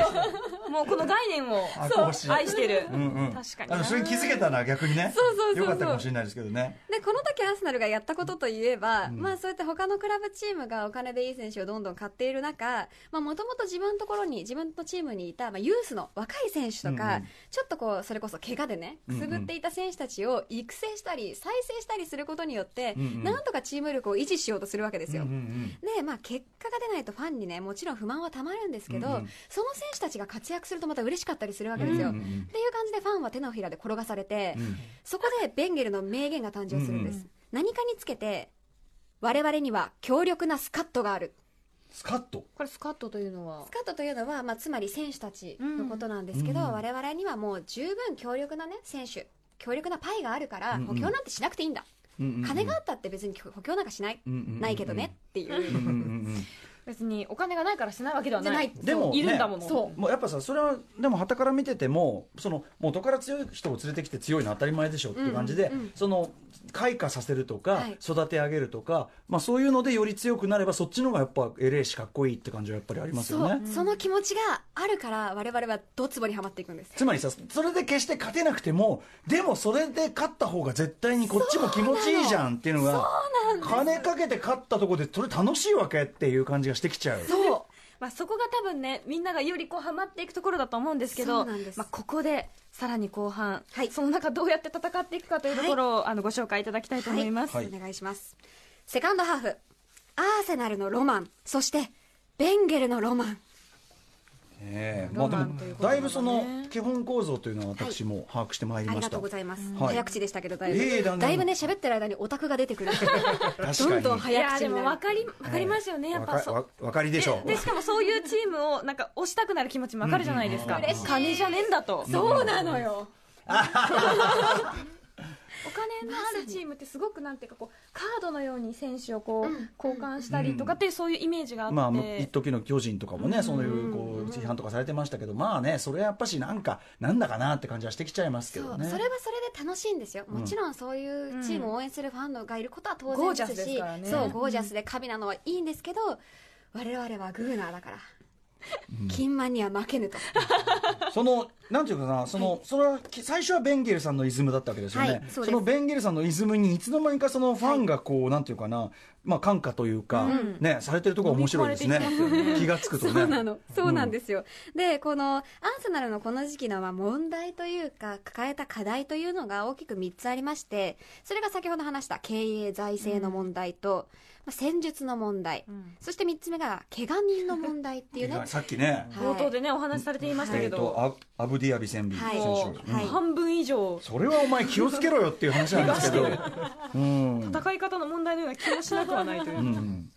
もうこの概念を
箱推し
そう愛してる、
うんうん
確かに
あのそれに気づけたら逆にね
そうそうそうそう
よかったかもしれないですけどね
でこの時アーセナルがやったことといえば、まあそうやって他のクラブチームがお金でいい選手をどんどん買っている中もともと自分のところに自分のチームにいた、まあ、ユースの若い選手とか、
うんうん
ちょっとこうそれこそ怪我でねくすぶっていた選手たちを育成したり再生したりすることによって、
うんうん
なんとかチーム力を維持しようとするわけですよ。
うんうん
で、まあ、結果が出ないとファンにねもちろん不満はたまるんですけど、
うんうん
その選手たちが活躍するとまた嬉しかったりするわけですよ。
うんうんうん
っていう感じでファンは手のひらで転がされて、
うん
そこでベンゲルの名言が誕生するんです、
う
何かにつけて我々には強力なスカットがある
スカッと
これスカットというのは
スカットというのは、まあ、つまり選手たちのことなんですけど、我々にはもう十分強力なね選手強力なパイがあるから補強なんてしなくていいんだ、金があったって別に補強なんかしない、ないけどねっていう、
別にお金がないからしないわけでは
じゃ
な
ないい
でも
いるんだも
ね
の
そう
もうやっぱさそれはでも傍から見ててもその元から強い人を連れてきて強いの当たり前でしょっていう感じで、
うんうん
その開花させるとか、
はい
育て上げるとか、まあ、そういうのでより強くなればそっちの方がやっぱ LA しかっこいいって感じはやっぱりあります
そ
よ
う
ね。
その気持ちがあるから我々はどつぼにはまっていくんです
つまりさそれで決して勝てなくてもでもそれで勝った方が絶対にこっちも気持ちいいじゃんっていうのが金かけて勝ったとこでそれ楽しいわけっていう感じがしてきちゃう。
そう
まあ、そこが多分ねみんながよりこうハマっていくところだと思うんですけ
そ
ど
うなんです
まあ、ここでさらに後半、
はい
その中どうやって戦っていくかというところを、あのご紹介いただきたいと思います、
はい
お願いしますセカンドハーフアーセナルのロマンそしてベンゲルのロマン
ええまあでも
ロマンということな
だい
のね
ぶその基本構造というのは私も把握してまいり
あ
ま
り
した。
がとうございます、
はい
早口でしたけどだいぶ、
いえいえだんだん
だいぶね喋ってる間にオタクが出てくる
確
ど
か
ん
に
どん
い
早
やー
口
で
に
も
な
分
る
かり分かりますよね、やっぱ
わか
そう
わわかりでしょう
でしかもそういうチームをなんか押したくなる気持ちもわかるじゃないですか、
うんうんうん
うん
金じゃねえんだとそう
そうなのよ
お金のあるチームってすごくなんていうかこうカードのように選手をこう交換したりとかっていうそういうイメージがあって、
まあ、一時の巨人とかもね、そういうこう批判とかされてましたけど、まあね、それはやっぱし、なんか、なんだかなって感じはしてきちゃいますけ
そう
ど
そ
ね。
れはそれで楽しいんですよもちろんそういうチームを応援するファンのがいることは当然ですし、
うんゴージャスですから
そう
ね
ゴージャスで神なのはいいんですけど我々はグーナーだから 金マンには負けぬと
その、なんていうかな、その、それは、き最初はベンゲルさんのイズムだったわけですよね。
はいそうです
のベンゲルさんのイズムに、いつの間にかそのファンがこう、なんていうかな、まあ、感化というか、
うん
ね、されてるところが面白いですね。
飲み込まれていきますよね
気がつくとね。
そうなの、そうなんですよ。で、このアーセナルのこの時期のまあ問題というか、抱えた課題というのが大きく3つありまして、それが先ほど話した経営財政の問題と、まあ戦術の問題、
ん
そして3つ目が怪我人の問題っていうね。
い
は
やさっきね、
冒頭でねお話しされていました
え
け
っ
ど、
と、アアブディアビ選手。
はい
も
選
う
手
はい
半分以上
それはお前気をつけろよっていう話なんですけ ど。うん。
戦い方の問題のような気もしなくはないという、
うん。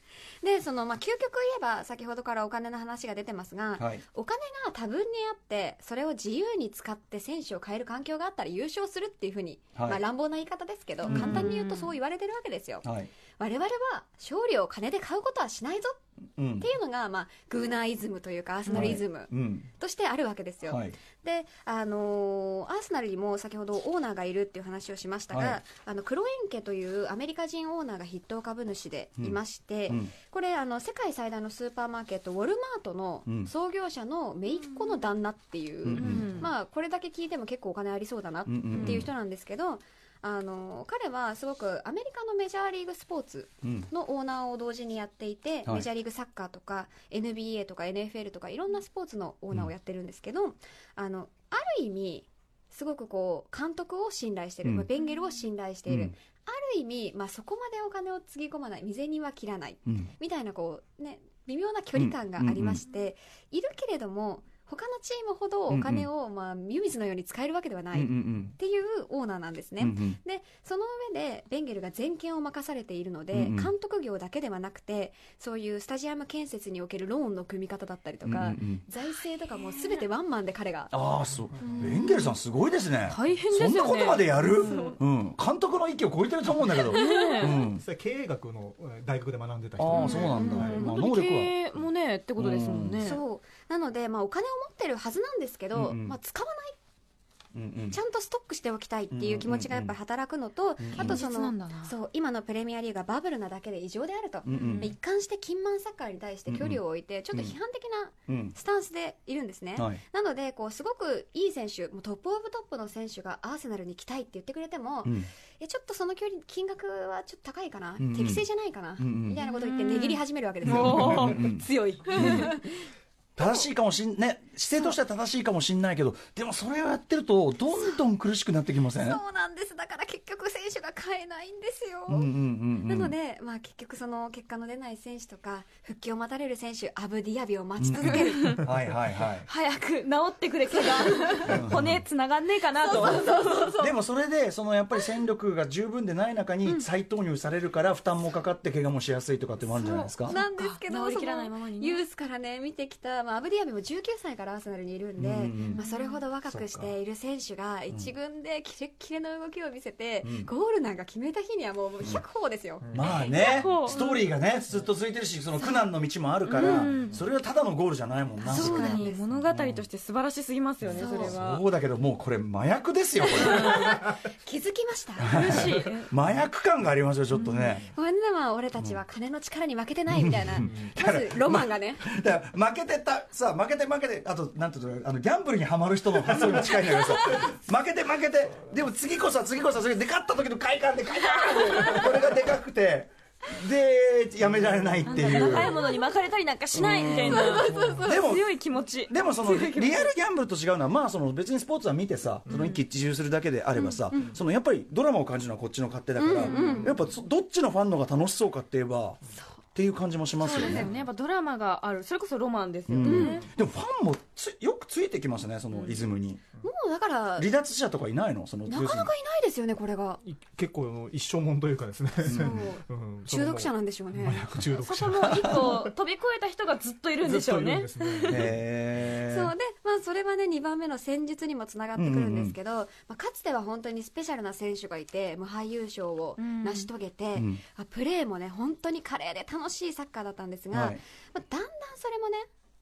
いで、その、まあ、究極言えば、先ほどからお金の話が出てますが、
はい。
お金が多分にあって、それを自由に使って選手を変える環境があったら優勝するっていうふうに、
はい
まあ乱暴な言い方ですけど、
うん
簡単に言うとそう言われてるわけですよ。
はい。
我々は勝利を金で買うことはしないぞ
うん
って。いうのが、まあ、グーナーイズムというかアーセナルイズム
うん。
としてあるわけですよ。
はい。
で、あのーアーセナルにも先ほどオーナーがいるっていう話をしましたが、
はい
あのクロエンケというアメリカ人オーナーが筆頭株主でいまして、
うんうん
これあの世界最大のスーパーマーケットウォルマートの
うん
創業者の姪っ子の旦那っていう、
うん
うん
まあ、これだけ聞いても結構お金ありそうだなっ
うんうん
っていう人なんですけど、あの彼はすごくアメリカのメジャーリーグスポーツ
うん。
のオーナーを同時にやっていて、
はい
メジャーリーグサッカーとか NBA とか NFL とかいろんなスポーツのオーナーをやってるんですけど、あのある意味すごくこう監督を信頼してる、
うん
まあベンゲルを信頼している、
うん
ある意味、まあ、そこまでお金をつぎ込まない未然には切らない
うん。
みたいなこうね微妙な距離感がありまして、いるけれども他のチームほどお金を、まあ、湯水のように使えるわけではない、
うんう
っ
ん
ていうオーナーなんですね。
うんうん
でその上でベンゲルが全権を任されているので、
うんうん
監督業だけではなくてそういうスタジアム建設におけるローンの組み方だったりと
うんうん
か、
うん
財政とかも全てワンマンで彼が
ああそうエンゲルさんすごいですね
大変ですよね
そんなことまでやる
うん
うん監督の域を超えてると思うんだけどうん
それ経営学のえー大学で学んでた人
ああそうなんだ
うん
まあ
本
能
当
力
に経
は
営もねってことですもんね、
そうなので、まあ、お金を持ってるはずなんですけど、
うんうん
まあ、使わない
うんうん
ちゃんとストックしておきたいっていう気持ちがやっぱり働くの
んう
と、
ん
あとそ
現実な
の
んだな
そう今のプレミアリーグがバブルなだけで異常であると、
うんうん
一貫して金満サッカーに対して距離を置いてちょっと批判的な
うん
スタンスでいるんですね。
はい
なのでこうすごくいい選手もうトップオブトップの選手がアーセナルに来たいって言ってくれても、
うん
えちょっとその距離金額はちょっと高いかな、
うんうん
適正じゃないかな、
うんうん
みたいなことを言って値切り始めるわけですよ。
おー強い
正しいかもしんね姿勢としては正しいかもしれないけどでもそれをやってるとどんどん苦しくなってきません
そうなんですだから結局選手が買えないんですよ、
うんうんうんうん
なので、まあ、結局その結果の出ない選手とか復帰を待たれる選手アブディアビを待ち続ける、
はいはいはい
早く治ってくれ怪我骨つながんねえかなと
でもそれでそのやっぱり戦力が十分でない中に再投入されるから負担もかかって怪我もしやすいとかってもあるんじゃないですか
なんですけ
そ
ど
っか治り
そ
きらないまま
の
にね
ユースからね見てきた、まあ、アブディアビも19歳からアーセナルにいるんで、
うんうん
まあ、それほど若くしている選手が一軍でキレッキレの動きを見せて、ゴールなんか決めた日にはもう100歩ですよ、
まあね
そう
ストーリーがねずっと続いてるしその苦難の道もあるから
うん
それはただのゴールじゃないもんな
確
そう
か
なん
に
です
物語として素晴らしすぎますよね
そう
それは
そうだけどもうこれ麻薬ですよこれ
気づきました
苦しい
麻薬感がありますよちょっとね、
これでは俺たちは金の力に負けてないみたいな、
だ
ま
から
ずロマンがね、
だから負けてたさあ負けて負けてあとなんていうのあのギャンブルにはまる人の発想に近いんだけ どさ負けて負けてでも次こそは次こそはそれで勝った時の快感で快感でこれがでかくてでやめられないっていう
高いものに巻かれたりなんかしないみたいな
でも
強い気持ち
でもそのリアルギャンブルと違うのは、まあ、その別にスポーツは見てさ、その一喜一憂するだけであればさ、そのやっぱりドラマを感じるのはこっちの勝手だから、やっぱそどっちのファンの方が楽しそうかって言えば、っていう感じもしますよ
で
ね
も。ねやっぱドラマがあるそれこそロマンですよ
う
ね
んでもファンもつよくついてきますね、そのイズムに。
もうだから
離脱者とかいないのその
なかなかいないですよねこれが、
い結構あの一生もんというかですね、
そう
うん
中毒者なんでしょうね、
麻薬中毒
そ
者
こも一個飛び越えた人がずっといるんでしょうね
ずっといるんですね
へ
そうで、まあ、それはね2番目の戦術にもつながってくるんですけど、まあ、かつては本当にスペシャルな選手がいてもう俳優賞を成し遂げて、
ん
あプレーもね本当に華麗で楽しいサッカーだったんですが、
はい
まあ、だんだんそれもね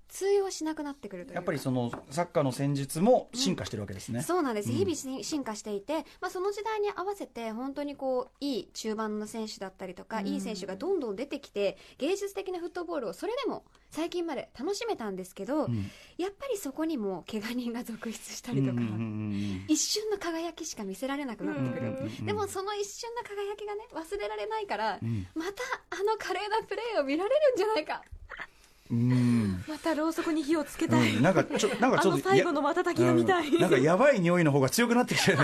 通用しなくなってくるというか
やっぱりそのサッカーの戦術も進化してるわけですね。
そうなんです日々し進化していて、まあ、その時代に合わせて本当にこういい中盤の選手だったりとか、いい選手がどんどん出てきて芸術的なフットボールをそれでも最近まで楽しめたんですけど、
ん
やっぱりそこにも怪我人が続出した
うん
り
うん
と
うん
か、
うん
一瞬の輝きしか見せられなくなってくる、
うんうん
うん
でもその一瞬の輝きがね忘れられないから、
ん
またあの華麗なプレーを見られるんじゃないか
うん
またろうそくに火をつけたい、
うんなんかちょなんか
あ
ちょ
の
っと
最後の瞬きが見たい、
うんなんかやばい匂いの方が強くなってきてる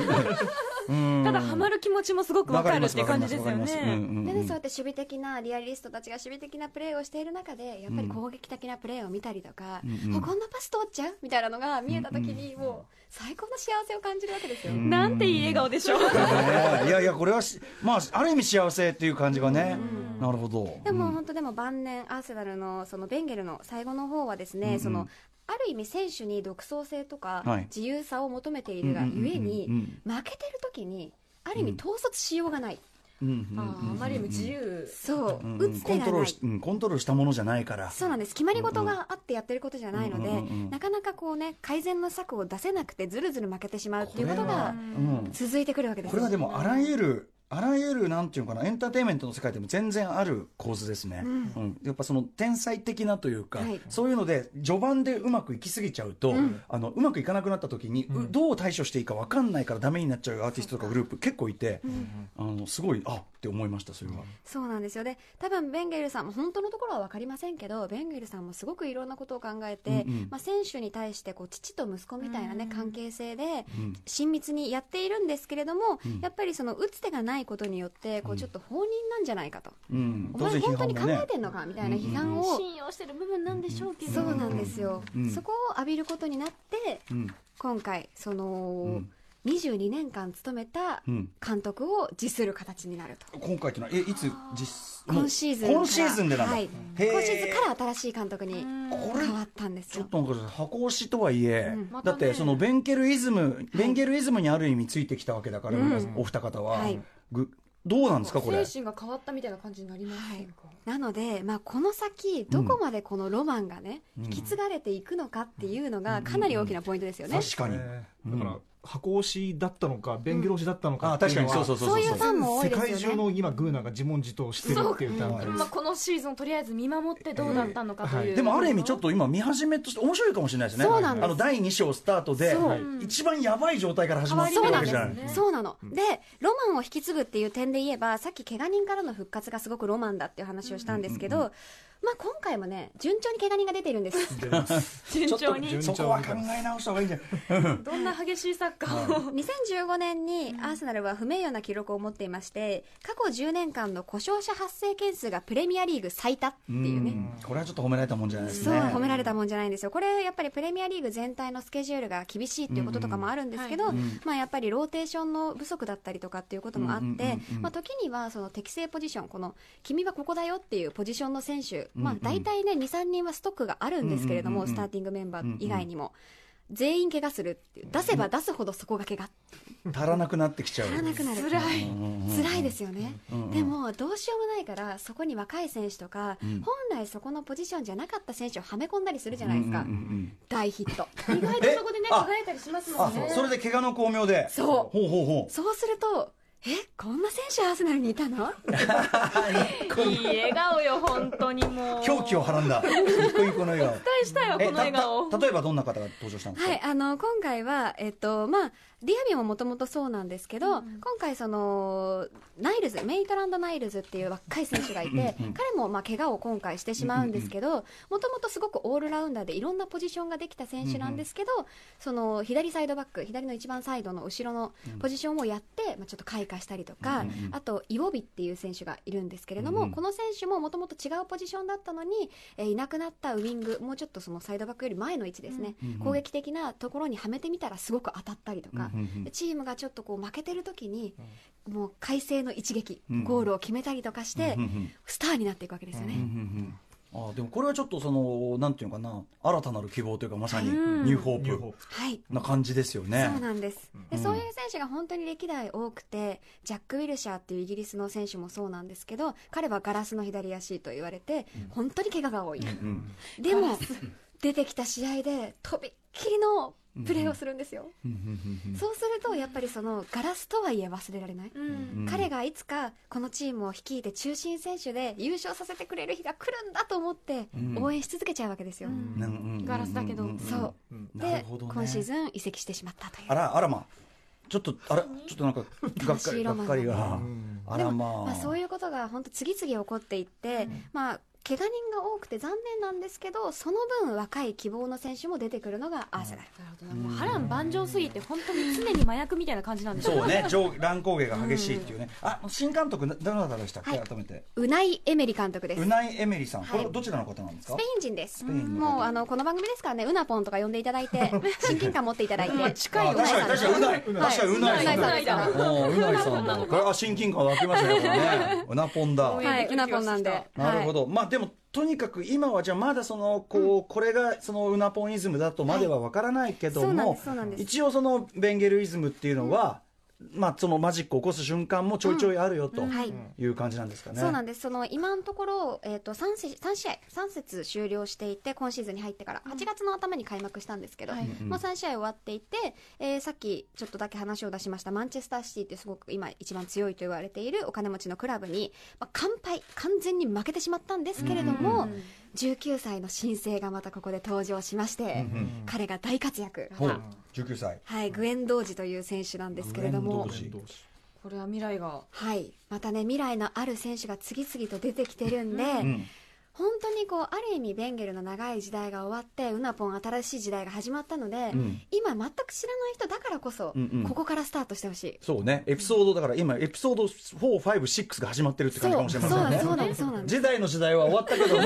うん
ただハマる気持ちもすごくわかるって感じですよ
わかりますわかりますう
ね
んうんうん
でね、そうやって守備的なリアリストたちが守備的なプレーをしている中でやっぱり攻撃的なプレーを見たりとか、
うん
あこんなパス通っちゃうみたいなのが見えた時にもう最高の幸せを感じるわけですよ、
なんていい笑顔でしょう
ねえいやいやこれはしまあある意味幸せっていう感じがねなるほど
でも本当でも晩年アーセナルのそのベンゲルの最後の方はですね、
うん
そのある意味選手に独創性とか
はい
自由さを求めているがゆえ
うんうん
に負けてる時にある意味統率しようがない、
うんうんうん
あまりにも自由
そう、
うん
打つ
コ
手
ントロー
がな
ル
い
しうんコントロールしたものじゃないから
そうなんです決まり事があってやってることじゃないので、
うんうんうんうん
なかなかこうね改善の策を出せなくてずるずる負けてしまうっていうことが
うん
続いてくるわけです
これはでもあらゆるあらゆるなんていうのかなエンターテインメントの世界でも全然ある構図ですね、うんやっぱその天才的なというか、
はい
そういうので序盤でうまくいきすぎちゃうと、うあのうまくいかなくなった時に、うどう対処していいか分かんないからダメになっちゃうアーティストとかグループ結構いて、あのすごいあって思いましたそれは、
そうなんですよね多分ベンゲルさんも本当のところは分かりませんけどベンゲルさんもすごくいろんなことを考えて、
うんうん
まあ、選手に対してこう父と息子みたいな、ね関係性で
うん
親密にやっているんですけれども、
ん
やっぱりその打つ手がないことによってこうちょっと放任なんじゃないかと、
うん、
お前本当に考
ね
えてんのかみたいな批判を、
信用してる部分なんでしょうけど
そうなんですよ、
うん
そこを浴びることになって
うん
今回その、
ん
22年間務めた
うん
監督を辞する形になると、
今回ってのはえいつ実もう
今シーズンから
今シーズンでなんだ、
はい、
へー
今シーズンから新しい監督に
これ
変わったんです
ちょっ
よ
となんか箱推しとはいえ、
うん
また
だ
ね
ってそのベンケルイズム、ベンゲルイズムにある意味ついてきたわけだから、
うん
お二方は、
はい
ぐどうなんですかこれ
精神が変わったみたいな感じになりませんか、
なので、まあ、この先どこまでこのロマンがね、引き継がれていくのかっていうのがかなり大きなポイントですよね、
確かに、
え
う
ー
ん
だから箱推しだったのかベンゲロ推しだったのか
あ
ってい
確か
う
に
のは
そうそうそう
そういうファンも多いですよね
世界中の今グーナーが自問自答してるっていう段階
でもまあこのシーズンをとりあえず見守ってどうだったのかという、
でもある意味ちょっと今見始めとして面白いかもしれないですね
そうなんです
あの第2章スタートで
そう
一番やばい状態から始まってる
そう
わ
なん
け
で
じ
す
ゃない
ね
そうなの、でロマンを引き継ぐっていう点で言えばさっき怪我人からの復活がすごくロマンだっていう話をしたんですけど、まあ、今回もね順調に怪我人が出ているんです
出ます
順調
ちょ
に
っ
そこは考え直した方がいいんじゃない
どんな激しいサッカーを
2015年にアーセナルは不名誉な記録を持っていまして過去10年間の故障者発生件数がプレミアリーグ最多っていうね
うんこれはちょっと褒められたもんじゃないです
そう
ね
褒められたもんじゃないんですよ、これやっぱりプレミアリーグ全体のスケジュールが厳しいっていうこととかもあるんですけど、
うんうんはい
まあ、やっぱりローテーションの不足だったりとかっていうこともあっ
うんうん
て
うんう、ん
まあ、時にはその適正ポジション、この君はここだよっていうポジションの選手、まあ
うん、
大体ね、2、3人はストックがあるんですけれど
うん
も、
うんうんうん
スターティングメンバー以外にも。全員怪我するっていう出せば出すほどそこが怪我
足らなくなってきちゃう
足らなくなる
辛い
辛いですよね、
うんうん
でもどうしようもないからそこに若い選手とか、
ん
本来そこのポジションじゃなかった選手をはめ込んだりするじゃないですか、
うんうんうん
大ヒット
意外とそこでね
えあ
輝いたりしますも
あ
んね
それで怪我の巧妙で
そう
ほうほうほう
そうするとえこんな選手アーセナルにいたの
いい笑顔よ本当にもう
狂気をはらんだ一個一個の 笑顔
期待したよこの笑顔
たた例えばどんな方が登場したんですか、
はい、あの今回は、えっとまあ、ディアビももともとそうなんですけど、今回その、ナイルズメイトランド・ナイルズっていう若い選手がいて、彼もまあ怪我を今回してしまうんですけど、もともとすごくオールラウンダーでいろんなポジションができた選手なんですけど、その左サイドバック、左の一番サイドの後ろのポジションをやって、まあ、ちょっと開花したりとか、あと、イオビっていう選手がいるんですけれども、
うん
この選手ももともと違うポジションだったのに、えーいなくなったウイング、もうちょっとそのサイドバックより前の位置ですね、
うんうん
攻撃的なところにはめてみたらすごく当たったりとか、
うんうんうん
でチームがちょっとこう負けてる時に、もう改正の一撃、
うん
ゴールを決めたりとかして、
うんうんうん
スターになっていくわけですよね。
うんうんうんあでもこれはちょっとそのなんていうのかな新たなる希望というかまさにニ
うん
ューホー
ニュー
プ
ホープ
はい
な感じですよね
そうなんです、で
うん
そういう選手が本当に歴代多くてジャック・ウィルシャーっていうイギリスの選手もそうなんですけど彼はガラスの左足と言われて本当に怪我が多い、
うん
でも出てきた試合でとびっきりのプレーをするんですよ、
うんうんうん
そうするとやっぱりそのガラスとはいえ忘れられない、
うん
うん
彼がいつかこのチームを率いて中心選手で優勝させてくれる日が来るんだと思って
うん
応援し続けちゃうわけですよ、
うん
うんうんうんうん
ガラスだけど
んんん
そう
うん
なる
で、
ほどね
今シーズン移籍してしまったという
あらあらまちょっとあらちょっとなんかがっかりがっかりが
うん
あ
で
ら
も、
まあ
まあ、そういうことが本当次々起こっていって、まあ怪我人が多くて残念なんですけどその分若い希望の選手も出てくるのがアーセナル、
もう波乱万丈すぎて本当に常に麻薬みたいな感じなんです
そうね上乱高下が激しいっていうねあ新監督などなたでしたっけ
はい
改めて
うないエメリ監督です
うないエメリさんこ
はい
れどちらの方なんです
ス
か
ペイン人です。
ペインの方
もうあのこの番組ですからね、うなぽんとか呼んでいただ いて、親近感持っていただい
まあ
て。
近いよ
あ確かに確かにうない
うん
確かにうないさん
う
だ
ないさんだ
おーうないさんだこれは親近感湧きましたよこれねうなぽんだ
応援
はいうなぽんなんで。
なるほど、まあでもとにかく今はじゃあまだそのこう、これがそのウナポンイズムだとまではわからないけど
はいそうなん
も
ですそうなんです
一応そのベンゲルイズムっていうのは、まあそのマジックを起こす瞬間もちょいちょいあるよと
はい。はい
いう感じなんですかね。
そうなんですその今のところ、えー、と 3, 試3試合3節終了していて今シーズンに入ってから8月の頭に開幕したんですけど、
はい
もう3試合終わっていて、えーさっきちょっとだけ話を出しましたマンチェスターシティってすごく今一番強いと言われているお金持ちのクラブに、まあ、完敗完全に負けてしまったんですけれども、
うん
19歳の新星がまたここで登場しまして、
うん
彼が大活躍。
ほう19歳
はい、グエン・ドージという選手なんですけれど
グエン
も
ドー、ジ
どうし
これは未来が
はい、またね、未来のある選手が次々と出てきてるんで、
ん
本当にこう、ある意味、ベンゲルの長い時代が終わって、ウナポン、新しい時代が始まったので、
うん
今、全く知らない人だからこそ、
うんうん
ここからスタートしてほしい。
そうねエピソードだから今エピソード456が始まってるって
そ
感
う、
じか
そう、
もし
そ
れ
う
ませんね。
なんです、そうなんです。
時代の時代は終わったけども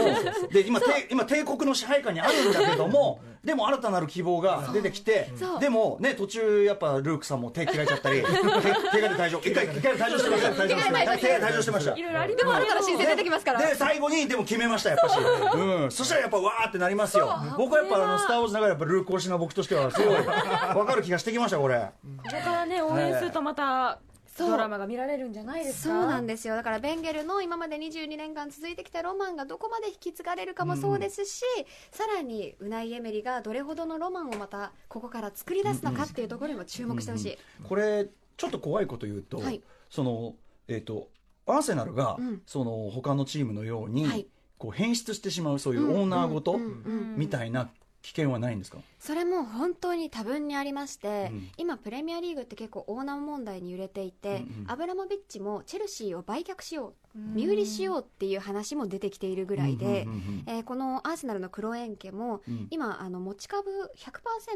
で今帝今帝国の支配下にあるんだけどもでも新たなる希望が出てきて
そう
でもね途中やっぱルークさんも手切られちゃった り手怪我で退場一回一回退場してました
怪我で退場
手怪我で退場してました
いろいろあり
でも、
あ
新たな新星出てきますから。
で最後にでも決めましたやっぱしうんそしたらやっぱわーってなりますよ僕はやっぱあのスター・ウォーズの中でやっぱルーク推しの僕としてはすごい分かる気がしてきましたこれ
ここからね応援するとまたドラマが見られるんじゃないです
そ
か
うなん
で
ですよだからベンゲルの今まで22年間続いてきたロマンがどこまで引き継がれるかもそうですし、さらにウナイエメリがどれほどのロマンをまたここから作り出すのかっていうところにも注目してほしい、
これちょっと怖いこと言うと、
はい
そのえっ、とアーセナルが、
うん
その他のチームのように、
はい
こう変質してしまうそういう
うん
オーナーごと
うんうんうん
みたいな危険はないんですか、
それも本当に多分にありまして、
うん
今プレミアリーグって結構オーナー問題に揺れていて、
うんうん
アブラモビッチもチェルシーを売却しよう身売りしようっていう話も出てきているぐらいで、えーこのアーセナルのクロエンケも、
うん
今あの持ち株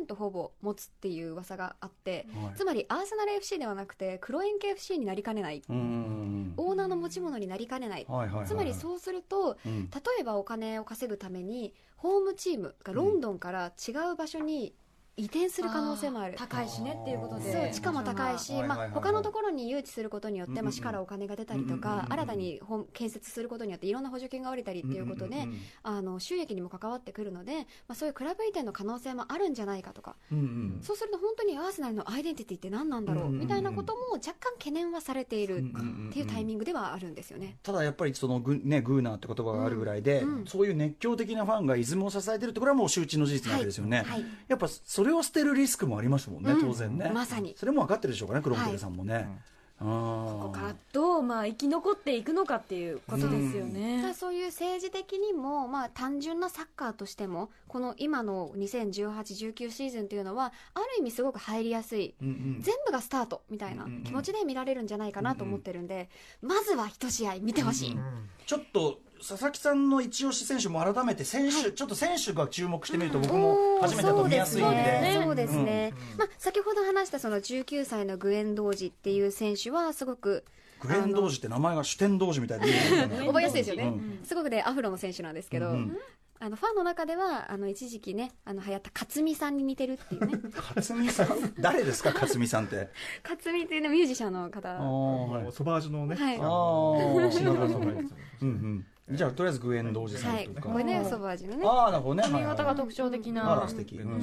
100%ほぼ持つっていう噂があって、
はい
つまりアーセナル FC ではなくてクロエンケ FC になりかねない、
うんうん
オーナーの持ち物になりかねない、
うんはいはいはいはい
つまりそうすると
うん
例えばお金を稼ぐためにホームチームがロンドンから違う場所に移転する可能性もある、
高いしねっていうことで
そう地価も高いし、
はいはいはいは
まあ、
い
他のところに誘致することによっ
うんう
て、
んう
ま
ん
あ、市からお金が出たり
う
と
んうんうん
か
う、ん
新たに本建設することによっていろんな補助金が下りたりっていうことで、あの収益にも関わってくるので、まあ、そういうクラブ移転の可能性もあるんじゃないかとか、
うんうん
そうすると本当にアーセナルのアイデンティティって何なんだろ
うん
う
うんうん
みたいなことも若干懸念はされている
うんうんうん
っていうタイミングではあるんですよね。
ただやっぱりそのグ,、ね、グーナーって言葉があるぐらいで、
うんうん
そういう熱狂的なファンがイズムを支えてるってこれはもう周知の事実なわけですよね、
はい
やっぱそれを捨てるリスクもありますもんね、
うん
当然ね
まさに
それも分かってるでしょうかね黒本さんもね、あー
ここからどうまあ生き残っていくのかっていうことですよ
た
ね
だ。そういう政治的にも、まあ、単純なサッカーとしてもこの今の2018-19シーズンというのはある意味すごく入りやすい
うんうん
全部がスタートみたいな気持ちで見られるんじゃないかなと思ってるんで、まずは一試合見てほしい、
ちょっと佐々木さんの一押し選手も改めて選手、ちょっと選手が注目してみると僕も
おー
初めてだと見やすいんで
そうですねそうです
うん
ねまあ、先ほど話したその19歳のグエン・ドージっていう選手はすごく
グレン同士って名前が主典同士みたいでいいですよね
覚えやすいですよね、
うん
すごくねアフロの選手なんですけど、
うんうん
あのファンの中ではあの一時期ねあの流行った勝美さんに似てるっ ていうね
勝美さん誰ですか勝美さんって
勝美っていうねミュージシャンの
あ
方
ーはい
もうソバージュのね、
はい
あ
あ
のシンガーソングライター
ー
ですよね
うんうんじゃあとりあえずグエン同士さ
は
ん
い
とか、
これねそば味のね
ああなるほどね
髪型が特
徴
徴的
あ
な
ら素敵、
うんはい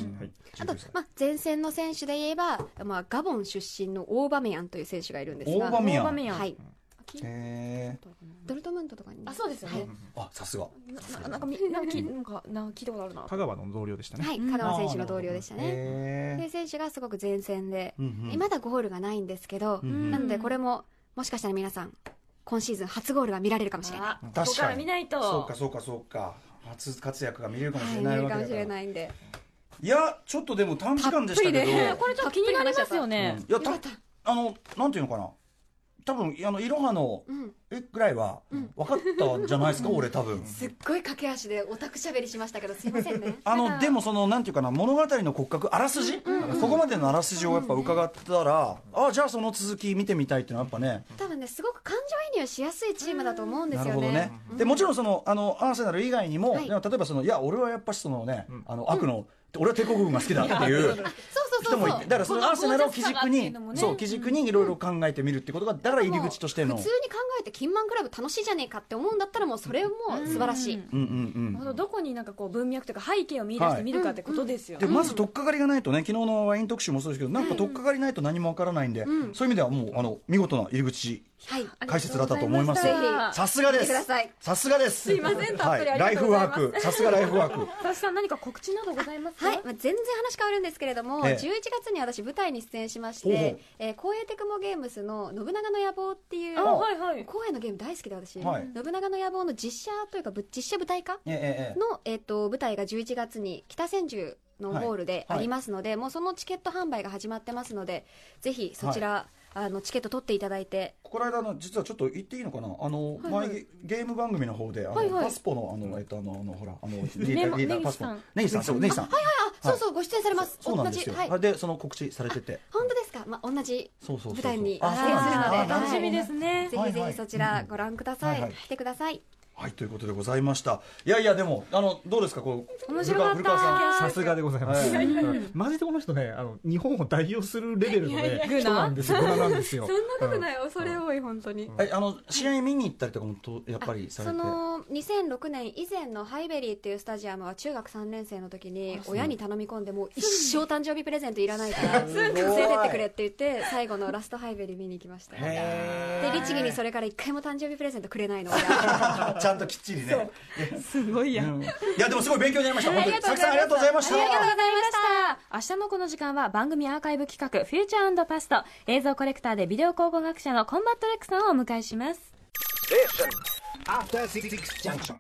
あと、まあ、前線の選手で言えば、まあ、ガボン出身のオーバメヤンという選手がいるんです
オ
が
ーバミア
オーバ
ン
メヤン
はい、
へえ
ドルトムントとかに
あそうですよね。
あさすが
なななんかみなんかきなんかなんか聞いたことあるな
香川の同僚でしたね、
はい、香川選手の同僚でしたね。
へ
で
え
選手がすごく前線で、
うんうん
まだゴールがないんですけど、
うん
なのでこれももしかしたら皆さん今シーズン初ゴールが見られるかもしれない。
あ
確か
こ
に
こから見ないと。
そうかそうかそうか初活躍が見れるかもし
はい、
れ
見
な
れ
い
る
わけ
か
だ
も
か
し
ら
れないんで、
いやちょっとでも短時間でしたけど、
たっぷりで
これちょっと気になりますよ
うん
ね
いや
よか
た
った。
あのなんていうのかな多分あのいろはの
うん、
えぐらいは分かったんじゃない ですか、俺多分。
すっごい駆け足でオタクしゃべりしましたけどすいませんね
あのでもそのなんていうかな物語の骨格あらすじ、ここまでのあらすじをやっぱ伺ったら、あじゃあその続き見てみたいっていうのはやっぱね
多分ねすごく感情移入しやすいチームだと思うんです
なる
よ
ほど
ね。
ね、でもちろんそのあのアーセナル以外にも、
はい
でも例えばそのいや俺はやっぱしそのね、あの悪の、俺は帝国軍が好きだ っていう
そうそう
人
そ
も
う
い
そう
て。だからそのアーセナルを基軸
このゴージャスさがっていう
に
のもね
そう基軸にいろいろ考えてみるってことがだから入り口としての
普通に考えて金満クラブ楽しいじゃねえかって思うんだったらもうそれも素晴らしい、
うん
うんうんうん
なるほどどこになんかこう文脈というか背景を見出してみるかってことですよ
で
ね。
まず取っかかりがないとね昨日のワイン特集もそうですけどなんか取っかかりないと何もわからないんで、そういう意味ではもうあの見事な入り口
はい
解説だったと思います
ありがとうございました
さすがで
見て
す
ください
さすがですすい
ませんたっぷりありがとうございます
はい、ライフワークさすがライフワーク
佐々木さん何か告知などございますか
はい、まあ、全然話変わるんですけれども、
ええ
11月に私舞台に出演しまし
ほうほ
て
う
「えー光栄テクモゲームス」の「信長の野望」っていう
あはいはい
光栄のゲーム大好きで私、
はい
信長の野望の実写というかぶ実写舞台化
ええええ
の、えっと舞台が11月に北千住のホールで
はい
ありますので、もうそのチケット販売が始まってますのでぜひそちら、あのチケット取っていただいて
この間の実はちょっと言っていいのかなあの、前ゲーム番組の方であの、
はいはい
パスポのあのえっとあのあのほらあのリーダーリーダー
ね
パスポ
ねぎさん
ネギさんそうネギさん
あそうそう、ご出演されます
そうなんですよ、
同じはい
あでその告知されてて
本当ですか、まあ、同じ
そうそうそうそう
舞台に出
あ
演
そうなんだ
するので
あ
楽しみ
はい
ですね
ぜ
はい
ひぜひそちらご覧ください、
はいはい
来てください
はいということでございましたいやいやでもあのどうですかこう
面白かった
古川さ
さ
ん
すがでございます、
は
うんマジでこの人ねあの日本を代表するレベルのね
や
人なんですよグラなんですよそんなことない
恐れ多い本当に
えあの試合見に行ったりとかもとやっぱりされ
そ
て
の2006年以前のハイベリーっていうスタジアムは中学3年生の時に親に頼み込んでもう一生誕生日プレゼントいらないから連れてってくれって言って最後のラストハイベリー見に行きましたで律儀にそれから一回も誕生日プレゼントくれないの
ちゃんときっちりね
すごいや
うんいやでもすごい勉強になりました本当に佐々木さんありがとうございました
明日のこの時間は番組アーカイブ企画「フューチャーパスト」映像コレクターでビデオ考古学者のコンバットレックさんをお迎えします
After Six Junction.